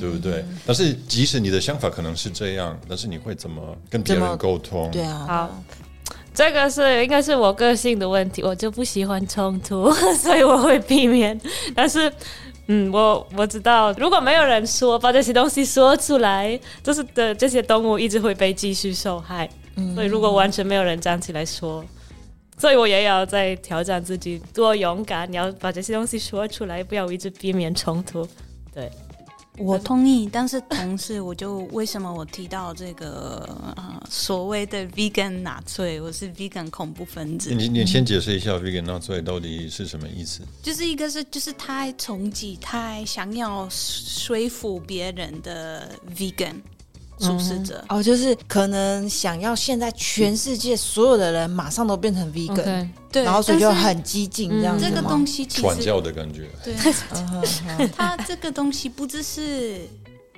Speaker 3: 对不对？但是即使你的想法可能是这样，但是你会怎么跟别
Speaker 2: 怎么
Speaker 3: 人沟通？
Speaker 2: 对啊，
Speaker 4: 好，这个是应该是我个性的问题，我就不喜欢冲突， *laughs* 所以我会避免。但是，嗯，我我知道，如果没有人说把这些东西说出来，就是的这些动物一直会被继续受害。所以，如果完全没有人站起来说，所以我也要在挑战自己，多勇敢，你要把这些东西说出来，不要一直避免冲突。对，
Speaker 1: 我同意，但是同时，我就为什么我提到这个呃所谓的 vegan 纳粹，我是 vegan 恐怖分子，
Speaker 3: 你你先解释一下 vegan 纳粹到底是什么意思？
Speaker 1: 就是一个是就是太冲击，太想要说服别人的
Speaker 2: 嗯
Speaker 1: vegan 主食者，
Speaker 2: 哦，就是可能想要现在全世界所有的人马上都变成 vegan，、
Speaker 1: 对，
Speaker 2: 然后所以就
Speaker 1: 但是
Speaker 2: 很嗯激进这样子
Speaker 1: 这个
Speaker 2: 吗
Speaker 1: 东西其
Speaker 3: 传
Speaker 1: 实
Speaker 3: 教的感觉，
Speaker 4: *laughs*
Speaker 1: 对，
Speaker 2: 嗯哼哼
Speaker 1: 它这个东西不只是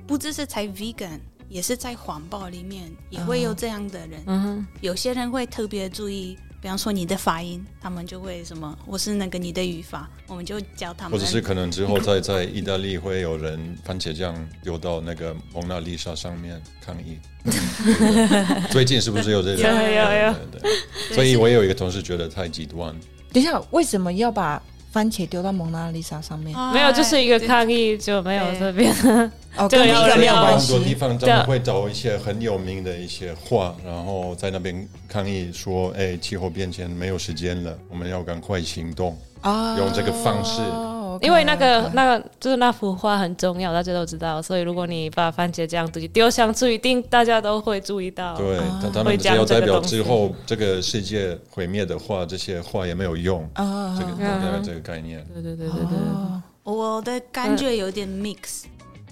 Speaker 1: 不只是才 vegan。也是在环保里面也会有这样的人，
Speaker 4: 嗯哼，
Speaker 1: 有些人会特别注意比方说你的发音，他们就会什么，我是那个你的语法，我们就教他们。
Speaker 3: 或者是可能之后在在意大利会有人番茄酱丢到那个蒙娜丽莎上面抗
Speaker 4: *laughs*
Speaker 3: 议。最近是不是有这种？
Speaker 4: 有有有
Speaker 3: 对对对所以我有一个同事觉得太极端，
Speaker 2: 等一下，为什么要把番茄丢到蒙娜丽莎上面？
Speaker 1: 哎
Speaker 4: 没有，就是一个抗议就没有
Speaker 1: 对
Speaker 4: 这边。
Speaker 2: 哦，
Speaker 4: 这
Speaker 2: 跟那
Speaker 4: 个要
Speaker 2: 个没有
Speaker 4: 聊
Speaker 2: 关
Speaker 3: 很多地
Speaker 2: 系。
Speaker 3: 方他们会找一些很有名的一些话，然后在那边抗议说：“哎，气候变迁没有时间了，我们要赶快行动。
Speaker 2: 啊
Speaker 3: 用这个方式
Speaker 2: 哦，OK，
Speaker 4: 因为那个
Speaker 2: OK
Speaker 4: 那个就是那幅画很重要，大家都知道，所以如果你把番茄酱丢丢上去，一定大家都会注意到。
Speaker 3: 对，但他
Speaker 4: 哦会
Speaker 3: 们只
Speaker 4: 讲
Speaker 3: 要
Speaker 4: 这个
Speaker 3: 代表
Speaker 4: 东
Speaker 3: 之
Speaker 4: 西
Speaker 3: 后这个世界毁灭的话，这些话也没有用。
Speaker 2: 啊
Speaker 4: 哦
Speaker 3: 这个大概这个概念。
Speaker 4: 对对对对对，
Speaker 2: 哦
Speaker 1: 我的感
Speaker 2: 嗯
Speaker 1: 觉有点 mix，、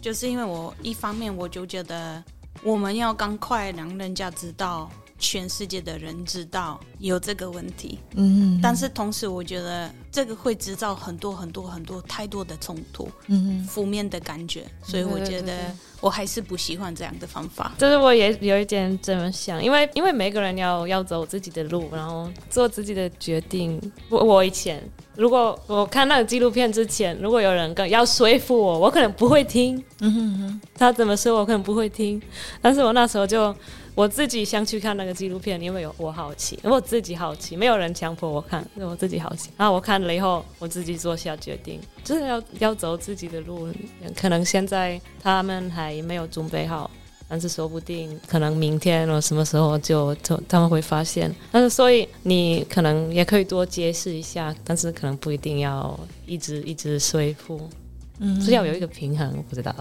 Speaker 1: 就是因为我一方面我就觉得我们要赶快让人家知道，全世界的人知道有这个问题，
Speaker 2: 嗯
Speaker 1: 但是同时我觉得这个会制造很多很多很多太多的冲突，
Speaker 2: 嗯
Speaker 1: 负面的感觉，所以我觉
Speaker 4: 对对
Speaker 1: 得
Speaker 4: 对
Speaker 1: 我还是不喜欢这样的方
Speaker 2: *laughs*
Speaker 1: 法。
Speaker 4: 就是我也有一点这么想，因为因为每个人要要走自己的路，然后做自己的决定。我我以前如果我看那个纪录片之前，如果有人跟要说服我，我可能不会听。
Speaker 2: 嗯哼哼
Speaker 4: 他怎么说我可能不会听，但是我那时候就我自己想去看那个纪录片，因为有我好奇，我自己好奇，没有人强迫我看，是我自己好奇。然后我看了以后，我自己做下决定，就是要要走自己的路。可能现在他们还没有准备好，但是说不定可能明天或什么时候就就他们会发现。但是所以你可能也可以多解释一下，但是可能不一定要一直一直说服，
Speaker 2: 嗯
Speaker 4: 是要有一个平衡，我不知道。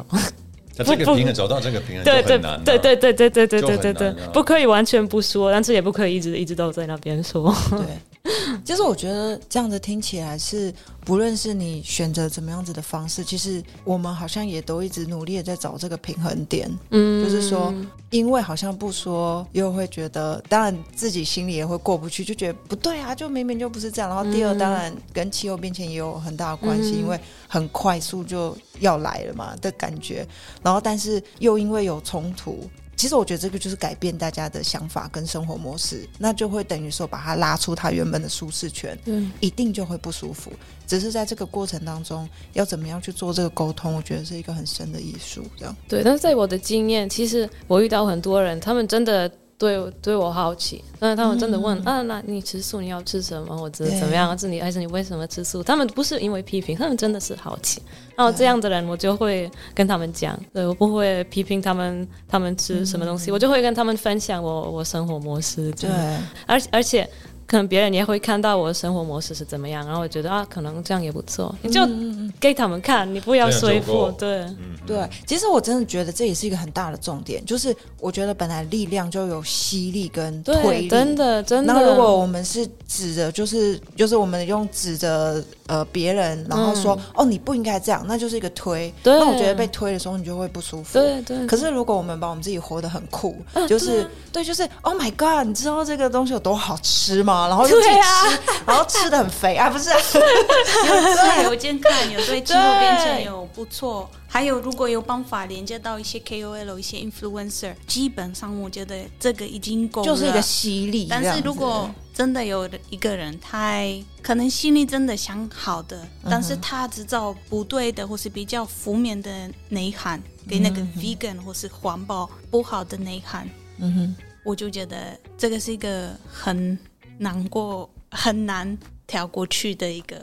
Speaker 3: 那这
Speaker 4: 不
Speaker 3: 个
Speaker 4: 不
Speaker 3: 平衡找到这个平衡就
Speaker 4: 对对
Speaker 3: 很难、啊。
Speaker 4: 对对对对对对对对
Speaker 3: 就
Speaker 4: 对
Speaker 3: 很难啊，
Speaker 4: 不可以完全不说，但是也不可以一直一直都在那边说。
Speaker 2: 对， *laughs* 其实我觉得这样子听起来是，不论是你选择怎么样子的方式，其实我们好像也都一直努力的在找这个平衡点。
Speaker 4: 嗯
Speaker 2: 就是说，因为好像不说，又会觉得，当然自己心里也会过不去，就觉得不对啊，就明明就不是这样。然后第二，
Speaker 4: 嗯
Speaker 2: 当然跟气候变迁也有很大的关系，
Speaker 4: 嗯
Speaker 2: 因为很快速就要来了嘛的感觉。然后，但是又因为有冲突。其实我觉得这个就是改变大家的想法跟生活模式，那就会等于说把它拉出它原本的舒适圈，
Speaker 4: 嗯
Speaker 2: 一定就会不舒服。只是在这个过程当中，要怎么样去做这个沟通，我觉得是一个很深的艺术。这样，
Speaker 4: 对，但是在我的经验，其实我遇到很多人，他们真的对对我好奇，但是他们真的问、啊，那你吃素你要吃什么，或者
Speaker 2: 嗯对
Speaker 4: 怎么样，啊还是你还是你为什么吃素？他们不是因为批评，他们真的是好奇。然后这样的人，我就会跟他们讲，对我不会批评他们，他们吃什么东西，我就会跟他们分享我我生活模式。这
Speaker 2: 嗯对
Speaker 4: 样。而而且可能别人也会看到我的生活模式是怎么样，然后我觉得啊，可能这样也不错，
Speaker 2: 嗯
Speaker 4: 你就给他们看，你不要
Speaker 3: 这
Speaker 4: 说
Speaker 3: 样就够
Speaker 4: 服，对，
Speaker 2: 对，其实我真的觉得这也是一个很大的重点，就是我觉得本来力量就有吸力跟推
Speaker 4: 对，
Speaker 2: 力，
Speaker 4: 真的真的。
Speaker 2: 那如果我们是指着，就是就是我们用指着呃别人，然后说、哦你不应该这样，那就是一个推。
Speaker 4: 嗯对
Speaker 2: 那我觉得被推的时候你就会不舒服。
Speaker 4: 对对，啊
Speaker 2: 可是如果我们把我们自己活得很酷，就是、对，就是 Oh my God，你知道这个东西有多好吃吗？然后就自己
Speaker 4: 对啊
Speaker 2: 吃，然后吃的很肥啊，
Speaker 4: *laughs*
Speaker 2: 不是、啊？
Speaker 1: 对，有健康，有对气候变迁有不错。还有，如果有办法连接到一些 KOL、一些 influencer，基本上我觉得这个已经够了。
Speaker 2: 就是一个吸力这样
Speaker 1: 但
Speaker 2: 子。
Speaker 1: 是如果真的有一个人，他可能心里真的想好的，但是他制造不对的或是比较负面的内涵，给那个 vegan 或是环保不好的内涵，
Speaker 2: 嗯哼。
Speaker 1: 我就觉得这个是一个很难过、很难调过去的一个。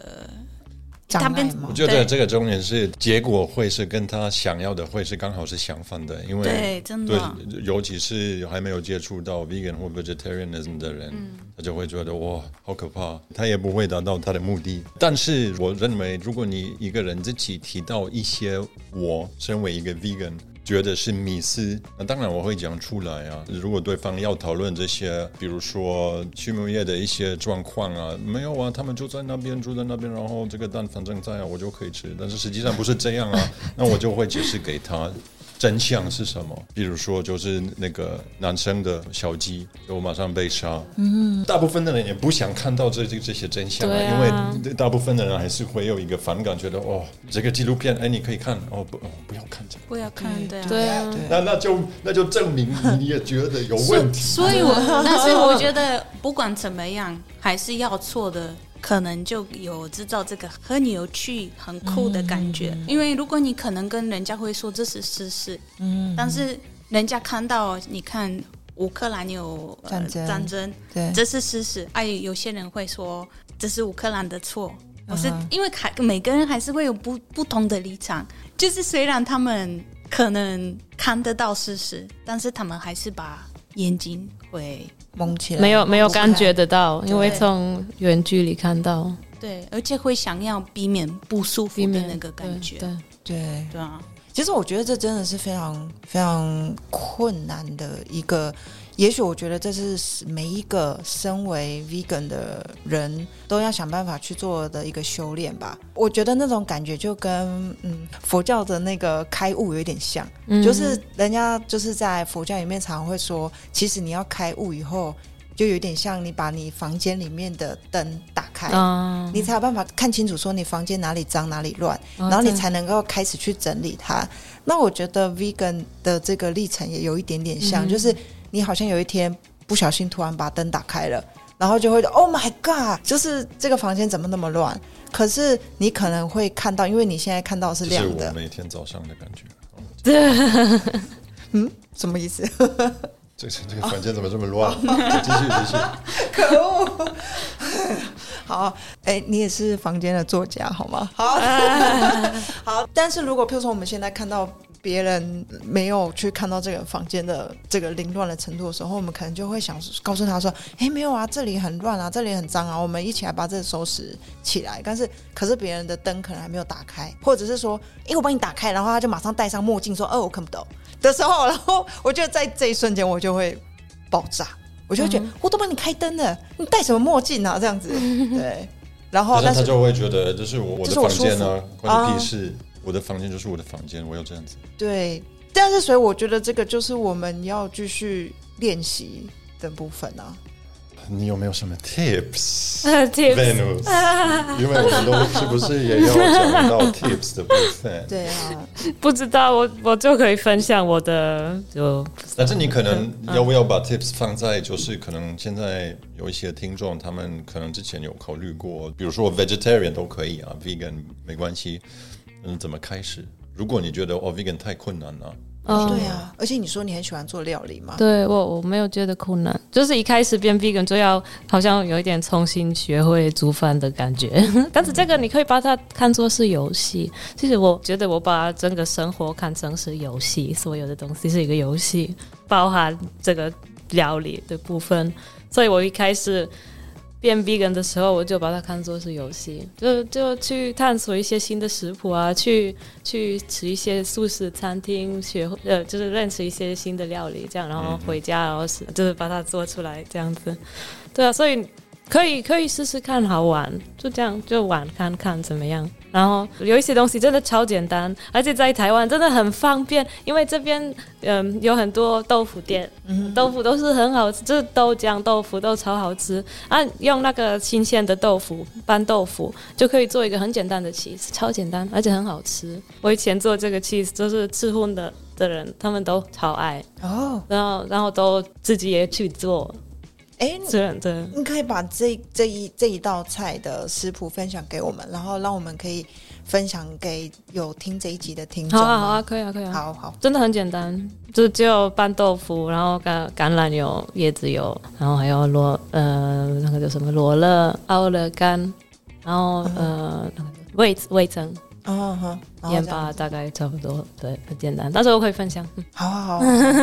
Speaker 2: 障
Speaker 1: 他
Speaker 2: 碍
Speaker 1: 变
Speaker 2: 吗
Speaker 3: 我觉得
Speaker 1: 对
Speaker 3: 这个重点是结果会是跟他想要的会是刚好是相反的，因为
Speaker 1: 对，真的。
Speaker 3: 对，尤其是还没有接触到 vegan 或 vegetarianism 的人，他就会觉得哇，好可怕，他也不会达到他的目的。但是我认为，如果你一个人自己提到一些我身为一个 vegan。觉得是迷思，那当然我会讲出来啊。如果对方要讨论这些，比如说畜牧业的一些状况啊，没有啊，他们就在那边住在那边，然后这个蛋反正在啊，我就可以吃。但是实际上不是这样啊，那我就会解释给他。真相是什么。比如说，就是那个男生的小鸡就马上被杀，嗯，大部分的人也不想看到这这这些真相、
Speaker 4: 对啊
Speaker 3: 因为大部分的人还是会有一个反感，觉得哦，这个纪录片，哎，你可以看，哦不，哦不要看这个。
Speaker 1: 不要看对啊。
Speaker 4: 对啊，
Speaker 3: 那那就那就证明你也觉得有问题，
Speaker 1: 所以我，
Speaker 2: *laughs*
Speaker 1: 但是我觉得不管怎么样，还是要错的。可能就有制造这个很有趣、很酷的感觉，
Speaker 2: 嗯
Speaker 1: 因为如果你可能跟人家会说这是事实，嗯，但是人家看到你看乌克兰有、呃
Speaker 2: 战争
Speaker 1: 战争，
Speaker 2: 对
Speaker 1: 这是事实。哎，有些人会说这是乌克兰的错，我是、
Speaker 2: 嗯哼
Speaker 1: 因为还每个人还是会有不不同的立场，就是虽然他们可能看得到事实，但是他们还是把眼睛会
Speaker 2: 蒙起来，
Speaker 4: 没有没有
Speaker 2: 不看
Speaker 4: 感觉得到，因为
Speaker 1: 对
Speaker 4: 从远距离看到，
Speaker 1: 对，而且会想要避免不舒服
Speaker 4: 避
Speaker 1: 的
Speaker 4: 免
Speaker 1: 那个感觉，
Speaker 4: 对，对
Speaker 2: 对。
Speaker 1: 对啊，
Speaker 2: 其实我觉得这真的是非常非常困难的一个，也许我觉得这是每一个身为 vegan 的人都要想办法去做的一个修炼吧。我觉得那种感觉就跟嗯佛教的那个开悟有一点像，
Speaker 4: 嗯
Speaker 2: 就是人家就是在佛教里面常会说，其实你要开悟以后，就有点像你把你房间里面的灯打开。
Speaker 4: 啊，
Speaker 2: 你才有办法看清楚，说你房间哪里脏哪里乱，
Speaker 4: 然
Speaker 2: 然后你才能够开始去整理它。那我觉得 vegan 的这个历程也有一点点像，
Speaker 4: 嗯
Speaker 2: 就是你好像有一天不小心突然把灯打开了，然后就会 Oh my God，就是这个房间怎么那么乱？可是你可能会看到，因为你现在看到是
Speaker 3: 这是
Speaker 2: 亮
Speaker 3: 我
Speaker 2: 的，
Speaker 3: 每天早上的感觉。哦
Speaker 2: 什么意思？
Speaker 3: 这这
Speaker 2: 哦
Speaker 3: 这个房间怎么这么乱？继续继续。
Speaker 2: *laughs* 可恶！ *laughs* 好，哎、你也是房间的作家好吗？好，好。但是如果譬如说我们现在看到别人没有去看到这个房间的这个凌乱的程度的时候，我们可能就会想告诉他说：“哎、没有啊，这里很乱啊，这里很脏啊，我们一起来把这收拾起来。”但是可是别人的灯可能还没有打开，或者是说：“哎、我帮你打开。”然后他就马上戴上墨镜说：“哦，我看不懂。”的时候，然后我觉得在这一瞬间我就会爆炸。我就会觉得、我都帮你开灯了，你戴什么墨镜啊？这样子，对。然哦后，但
Speaker 3: 但是
Speaker 2: 是
Speaker 3: 他就会觉得这是我我
Speaker 2: 这
Speaker 3: 的
Speaker 2: 是我
Speaker 3: 房
Speaker 2: 舒
Speaker 3: 间啊，关你
Speaker 2: 啊
Speaker 3: 屁事！我的房间就是我的房间，我要这样子。
Speaker 2: 对，但是所以我觉得这个就是我们要继续练习的部分啊。
Speaker 3: 你有没有什么 tips？
Speaker 4: 呃 tips
Speaker 3: Venus，因
Speaker 4: *laughs*
Speaker 3: 为我们都是不是也要讲到 tips 的部分？
Speaker 2: 对 *laughs* 啊，
Speaker 4: 不知道，我我就可以分享我的，就
Speaker 3: 但是你可能要不要把 tips 放在就是可能现在有一些听众，他们可能之前有考虑过，比如说 vegetarian 都可以啊，vegan 没关系。嗯，怎么开始？如果你觉得哦 vegan 太困难了、
Speaker 4: 嗯
Speaker 2: 对啊。而且你说你很喜欢做料理嘛？
Speaker 4: 对我我没有觉得困难，就是一开始变 vegan 就要好像有一点重新学会煮饭的感觉， *laughs* 但是这个你可以把它看作是游戏。其实我觉得我把整个生活看成是游戏，所有的东西是一个游戏，包含这个料理的部分。所以我一开始变 vegan 的时候，我就把它看作是游戏，就就去探索一些新的食谱啊，去去吃一些素食餐厅，学会呃就是认识一些新的料理，这样然后回家然后是就是把它做出来这样子，对啊，所以可以可以试试看，好玩，就这样就玩看看怎么样。然后有一些东西真的超简单，而且在台湾真的很方便，因为这边嗯有很多豆腐店，豆腐都是很好吃，就是豆浆、豆腐都超好吃啊！用那个新鲜的豆腐拌豆腐，就可以做一个很简单的 cheese，超简单，而且很好吃。我以前做这个 cheese 就是吃荤的的人，他们都超爱，
Speaker 2: 哦，
Speaker 4: 然后然后都自己也去做，
Speaker 2: 哎，
Speaker 4: 真的。
Speaker 2: 你可以把这这一这一道菜的食谱分享给我们，然后让我们可以分享给有听这一集的听众
Speaker 4: 好
Speaker 2: 吗。
Speaker 4: 啊，好啊，可以啊，可以啊。
Speaker 2: 好好
Speaker 4: 真的很简单，就只有拌豆腐，然后橄橄榄油、椰子油，然后还有罗呃那个叫什么罗勒、奥勒干，然后呃那个味味噌、
Speaker 2: 嗯哼，然后
Speaker 4: 盐
Speaker 2: 这样
Speaker 4: 巴大概差不多，对，很简单。到时候我可以分享。嗯
Speaker 2: 好好好， *laughs*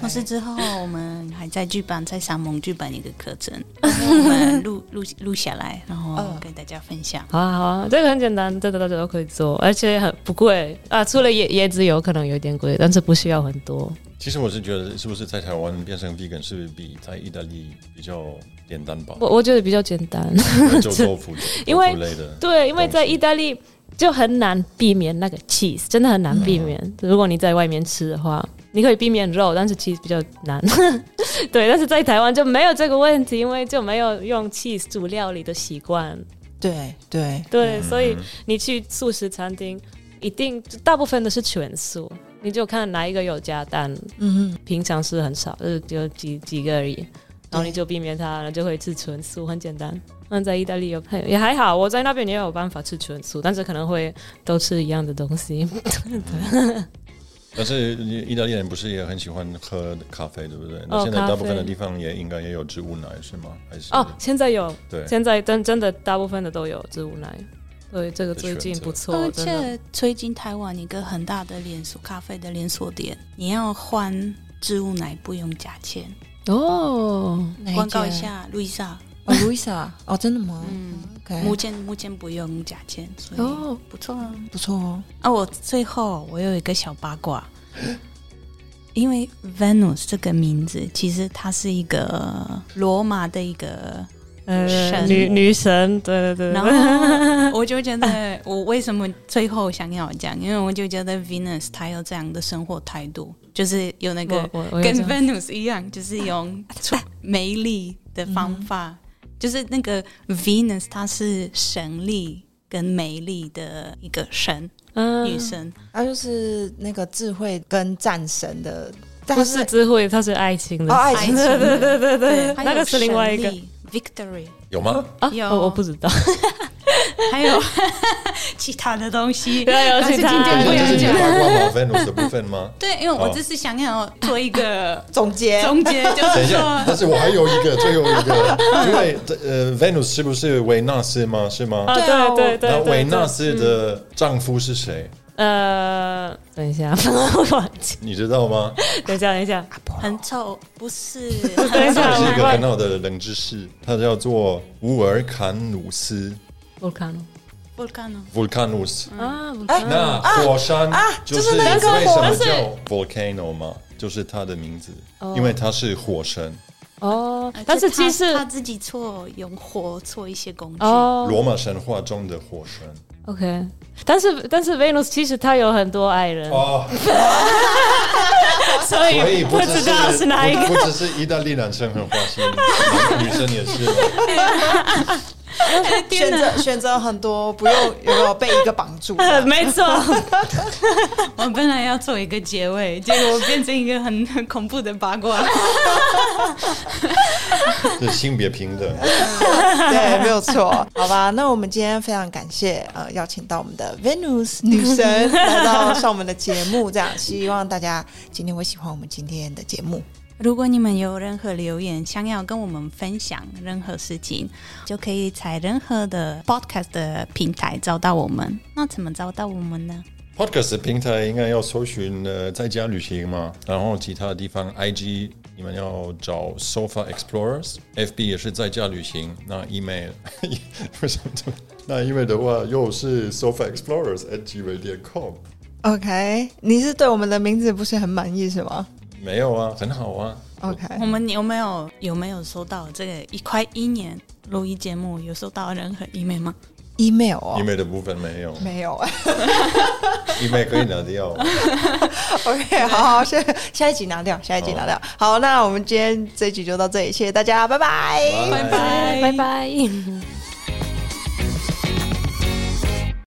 Speaker 1: 但是之后我们还在剧版，在三盟剧版一个课程，
Speaker 4: *laughs*
Speaker 1: 然后我们录录录下来，然后
Speaker 2: 嗯
Speaker 1: 跟大家分享。
Speaker 4: 好啊好啊，这个很简单，这个大家都可以做，而且很不贵啊。除了椰椰子油可能有点贵，但是不需要很多。
Speaker 3: 其实我是觉得，是不是在台湾变成 vegan 是比在意大利比较简单吧？
Speaker 4: *laughs* 我我觉得比较简单。
Speaker 3: 就豆腐，
Speaker 4: 因为
Speaker 3: 豆腐类的，
Speaker 4: 对，因为在意大利，就很难避免那个 cheese，真的很难避免。如果你在外面吃的话，你可以避免肉，但是 cheese 比较难。 *laughs* 对，但是在台湾就没有这个问题，因为就没有用 cheese 煮料理的习惯。
Speaker 2: 对对，
Speaker 4: 对，所以你去素食餐厅，一定大部分都是全素，你就看哪一个有加蛋，
Speaker 2: 嗯哼，
Speaker 4: 平常是很少，呃就是只有几几个而已。然后你就避免它，然后就会吃纯素，很简单。那在意大利有也还好，我在那边也有办法吃纯素，但是可能会都吃一样的东西。
Speaker 3: 但是意大利人不是也很喜欢喝咖啡，对不对？那
Speaker 4: 哦
Speaker 3: 现在大部
Speaker 4: 咖啡
Speaker 3: 分的地方也应该也有植物奶是吗？还是
Speaker 4: 哦，现在有，
Speaker 3: 对，
Speaker 4: 现在真真的大部分的都有植物奶，对这个
Speaker 3: 的
Speaker 4: 最
Speaker 3: 选
Speaker 4: 近
Speaker 3: 择
Speaker 4: 不错，
Speaker 1: 而
Speaker 4: 真的。
Speaker 1: 且最近台湾一个很大的连锁咖啡的连锁店，你要换植物奶不用加钱。
Speaker 4: 哦，
Speaker 2: 哪
Speaker 1: 广告一
Speaker 2: 间
Speaker 1: 下，路易莎。
Speaker 2: 哦，Louisa，哦，真的吗？
Speaker 1: 嗯，目
Speaker 2: OK，
Speaker 1: 前目前不用加钱，所以
Speaker 4: 哦，
Speaker 1: 不错啊。
Speaker 2: 不错哦。
Speaker 1: 啊，我最后我有一个小八卦，因为 Venus 这个名字其实它是一个罗马的一个
Speaker 4: 呃，
Speaker 1: 神
Speaker 4: 女女神，对对对。
Speaker 1: 然
Speaker 4: 对
Speaker 1: 后我就觉得，我为什么最后想要讲？因为我就觉得 Venus 她有这样的生活态度，就是有那个
Speaker 4: 我我我有
Speaker 1: 跟
Speaker 4: 这样
Speaker 1: Venus 一样，就是用出美丽的方法，
Speaker 4: 嗯
Speaker 1: 就是那个 Venus 她是神力跟美丽的一个神、
Speaker 4: 嗯
Speaker 1: 女神，
Speaker 2: 他就是那个智慧跟战神的，但
Speaker 4: 不是智慧，它是爱情的
Speaker 2: 哦，爱
Speaker 1: 爱情
Speaker 2: 情
Speaker 4: 对对对对对，
Speaker 1: 还
Speaker 4: 那
Speaker 1: 有
Speaker 4: 个是另外一个
Speaker 1: 神力 Victory，
Speaker 3: 有吗？
Speaker 4: 啊
Speaker 1: 有
Speaker 4: 哦我不知道，
Speaker 1: 还
Speaker 4: *laughs*
Speaker 1: 有其他的东西，
Speaker 4: 对有
Speaker 1: 但是
Speaker 4: 其
Speaker 1: 今
Speaker 4: 他
Speaker 1: 天不
Speaker 3: 这
Speaker 1: 要
Speaker 3: 是
Speaker 4: 哦
Speaker 1: 讲。
Speaker 3: 八卦毛 Venus 的部分吗？
Speaker 1: 对，因为我
Speaker 3: 哦
Speaker 1: 只是想要做一
Speaker 4: *laughs*
Speaker 1: 个
Speaker 2: 总
Speaker 4: 哎
Speaker 2: 结
Speaker 1: 总结，就
Speaker 3: 等
Speaker 1: 是
Speaker 3: 一下，
Speaker 1: 说。
Speaker 3: 但是我还有一个，最后一个，因为呃，Venus 是不是维纳斯吗？是吗？
Speaker 4: 啊
Speaker 2: 对啊我
Speaker 4: 对对
Speaker 3: 那
Speaker 4: 对，
Speaker 3: 维纳
Speaker 4: 对
Speaker 3: 斯的丈夫是谁？
Speaker 4: 呃，等一下， *laughs* 我忘记，
Speaker 3: 你知道吗？
Speaker 4: 等一下，等一下，
Speaker 1: 很丑，不
Speaker 4: *laughs*
Speaker 1: 是
Speaker 4: 等
Speaker 3: 这
Speaker 4: 一下，
Speaker 3: 也是一个
Speaker 4: 我
Speaker 3: 很好的冷知识，它叫做乌尔坎努斯
Speaker 4: 我看了
Speaker 1: 不看了。
Speaker 3: （Volcanus）。
Speaker 4: 啊，我
Speaker 2: 哎
Speaker 4: 看了
Speaker 3: 那火山
Speaker 4: 啊
Speaker 3: 就
Speaker 2: 就是是那
Speaker 3: 为
Speaker 2: 个
Speaker 3: 什
Speaker 2: 火
Speaker 3: 么叫 volcano 嘛？就是它的名字，因为它是火神。
Speaker 4: 哦，但是其实
Speaker 1: 啊他自己做用火做一些工具，
Speaker 4: 哦
Speaker 3: 罗马神话中的火神
Speaker 4: ，OK，但是但是 Venus 其实他有很多爱人，
Speaker 3: 哦，
Speaker 4: 所
Speaker 3: 所以
Speaker 4: 以不
Speaker 3: 只
Speaker 4: 知道是哪一个。
Speaker 3: 不不只是意大利男生很花心， *laughs* 女生也是。
Speaker 2: 选择 *laughs* 选择很多，不用有没有被一个绑 *laughs* 住？
Speaker 1: *laughs*
Speaker 4: 呃没错，
Speaker 1: 我本来要做一个结尾，结果变成一个很很恐怖的八卦。
Speaker 3: 是性别平等。
Speaker 2: 对，没有错。好吧，那我们今天非常感谢呃，邀请到我们的 Venus 女神来到上我们的节目，这样希望大家今天会喜欢我们今天的节目。
Speaker 1: 如果你们有任何留言，想要跟我们分享任何事情，就可以在任何的 podcast 的平台找到我们。那怎么找到我们呢？
Speaker 3: Podcast 的平台应该要搜寻呃在家旅行嘛，然后其他地方 IG 你们要找 Sofa Explorers，FB 也是在家旅行。那 email *laughs* 为什么这么？那 email 的话又是 Sofa Explorers at gmail.com。
Speaker 2: OK，你是对我们的名字不是很满意是吗
Speaker 3: 没有啊，很好啊。
Speaker 2: ？OK，
Speaker 1: 我们有没有有没有收到这个一块一年录一节目有收到任何 email 吗？
Speaker 2: email 哦，
Speaker 3: email 的部分没有
Speaker 2: 没有。 *laughs*
Speaker 3: ，email 可以拿掉。
Speaker 2: OK，好好，下下一集拿掉，下一集拿掉。
Speaker 3: 啊
Speaker 2: 好，那我们今天这一集就到这里，谢谢大家，拜拜。
Speaker 4: *laughs* 拜拜。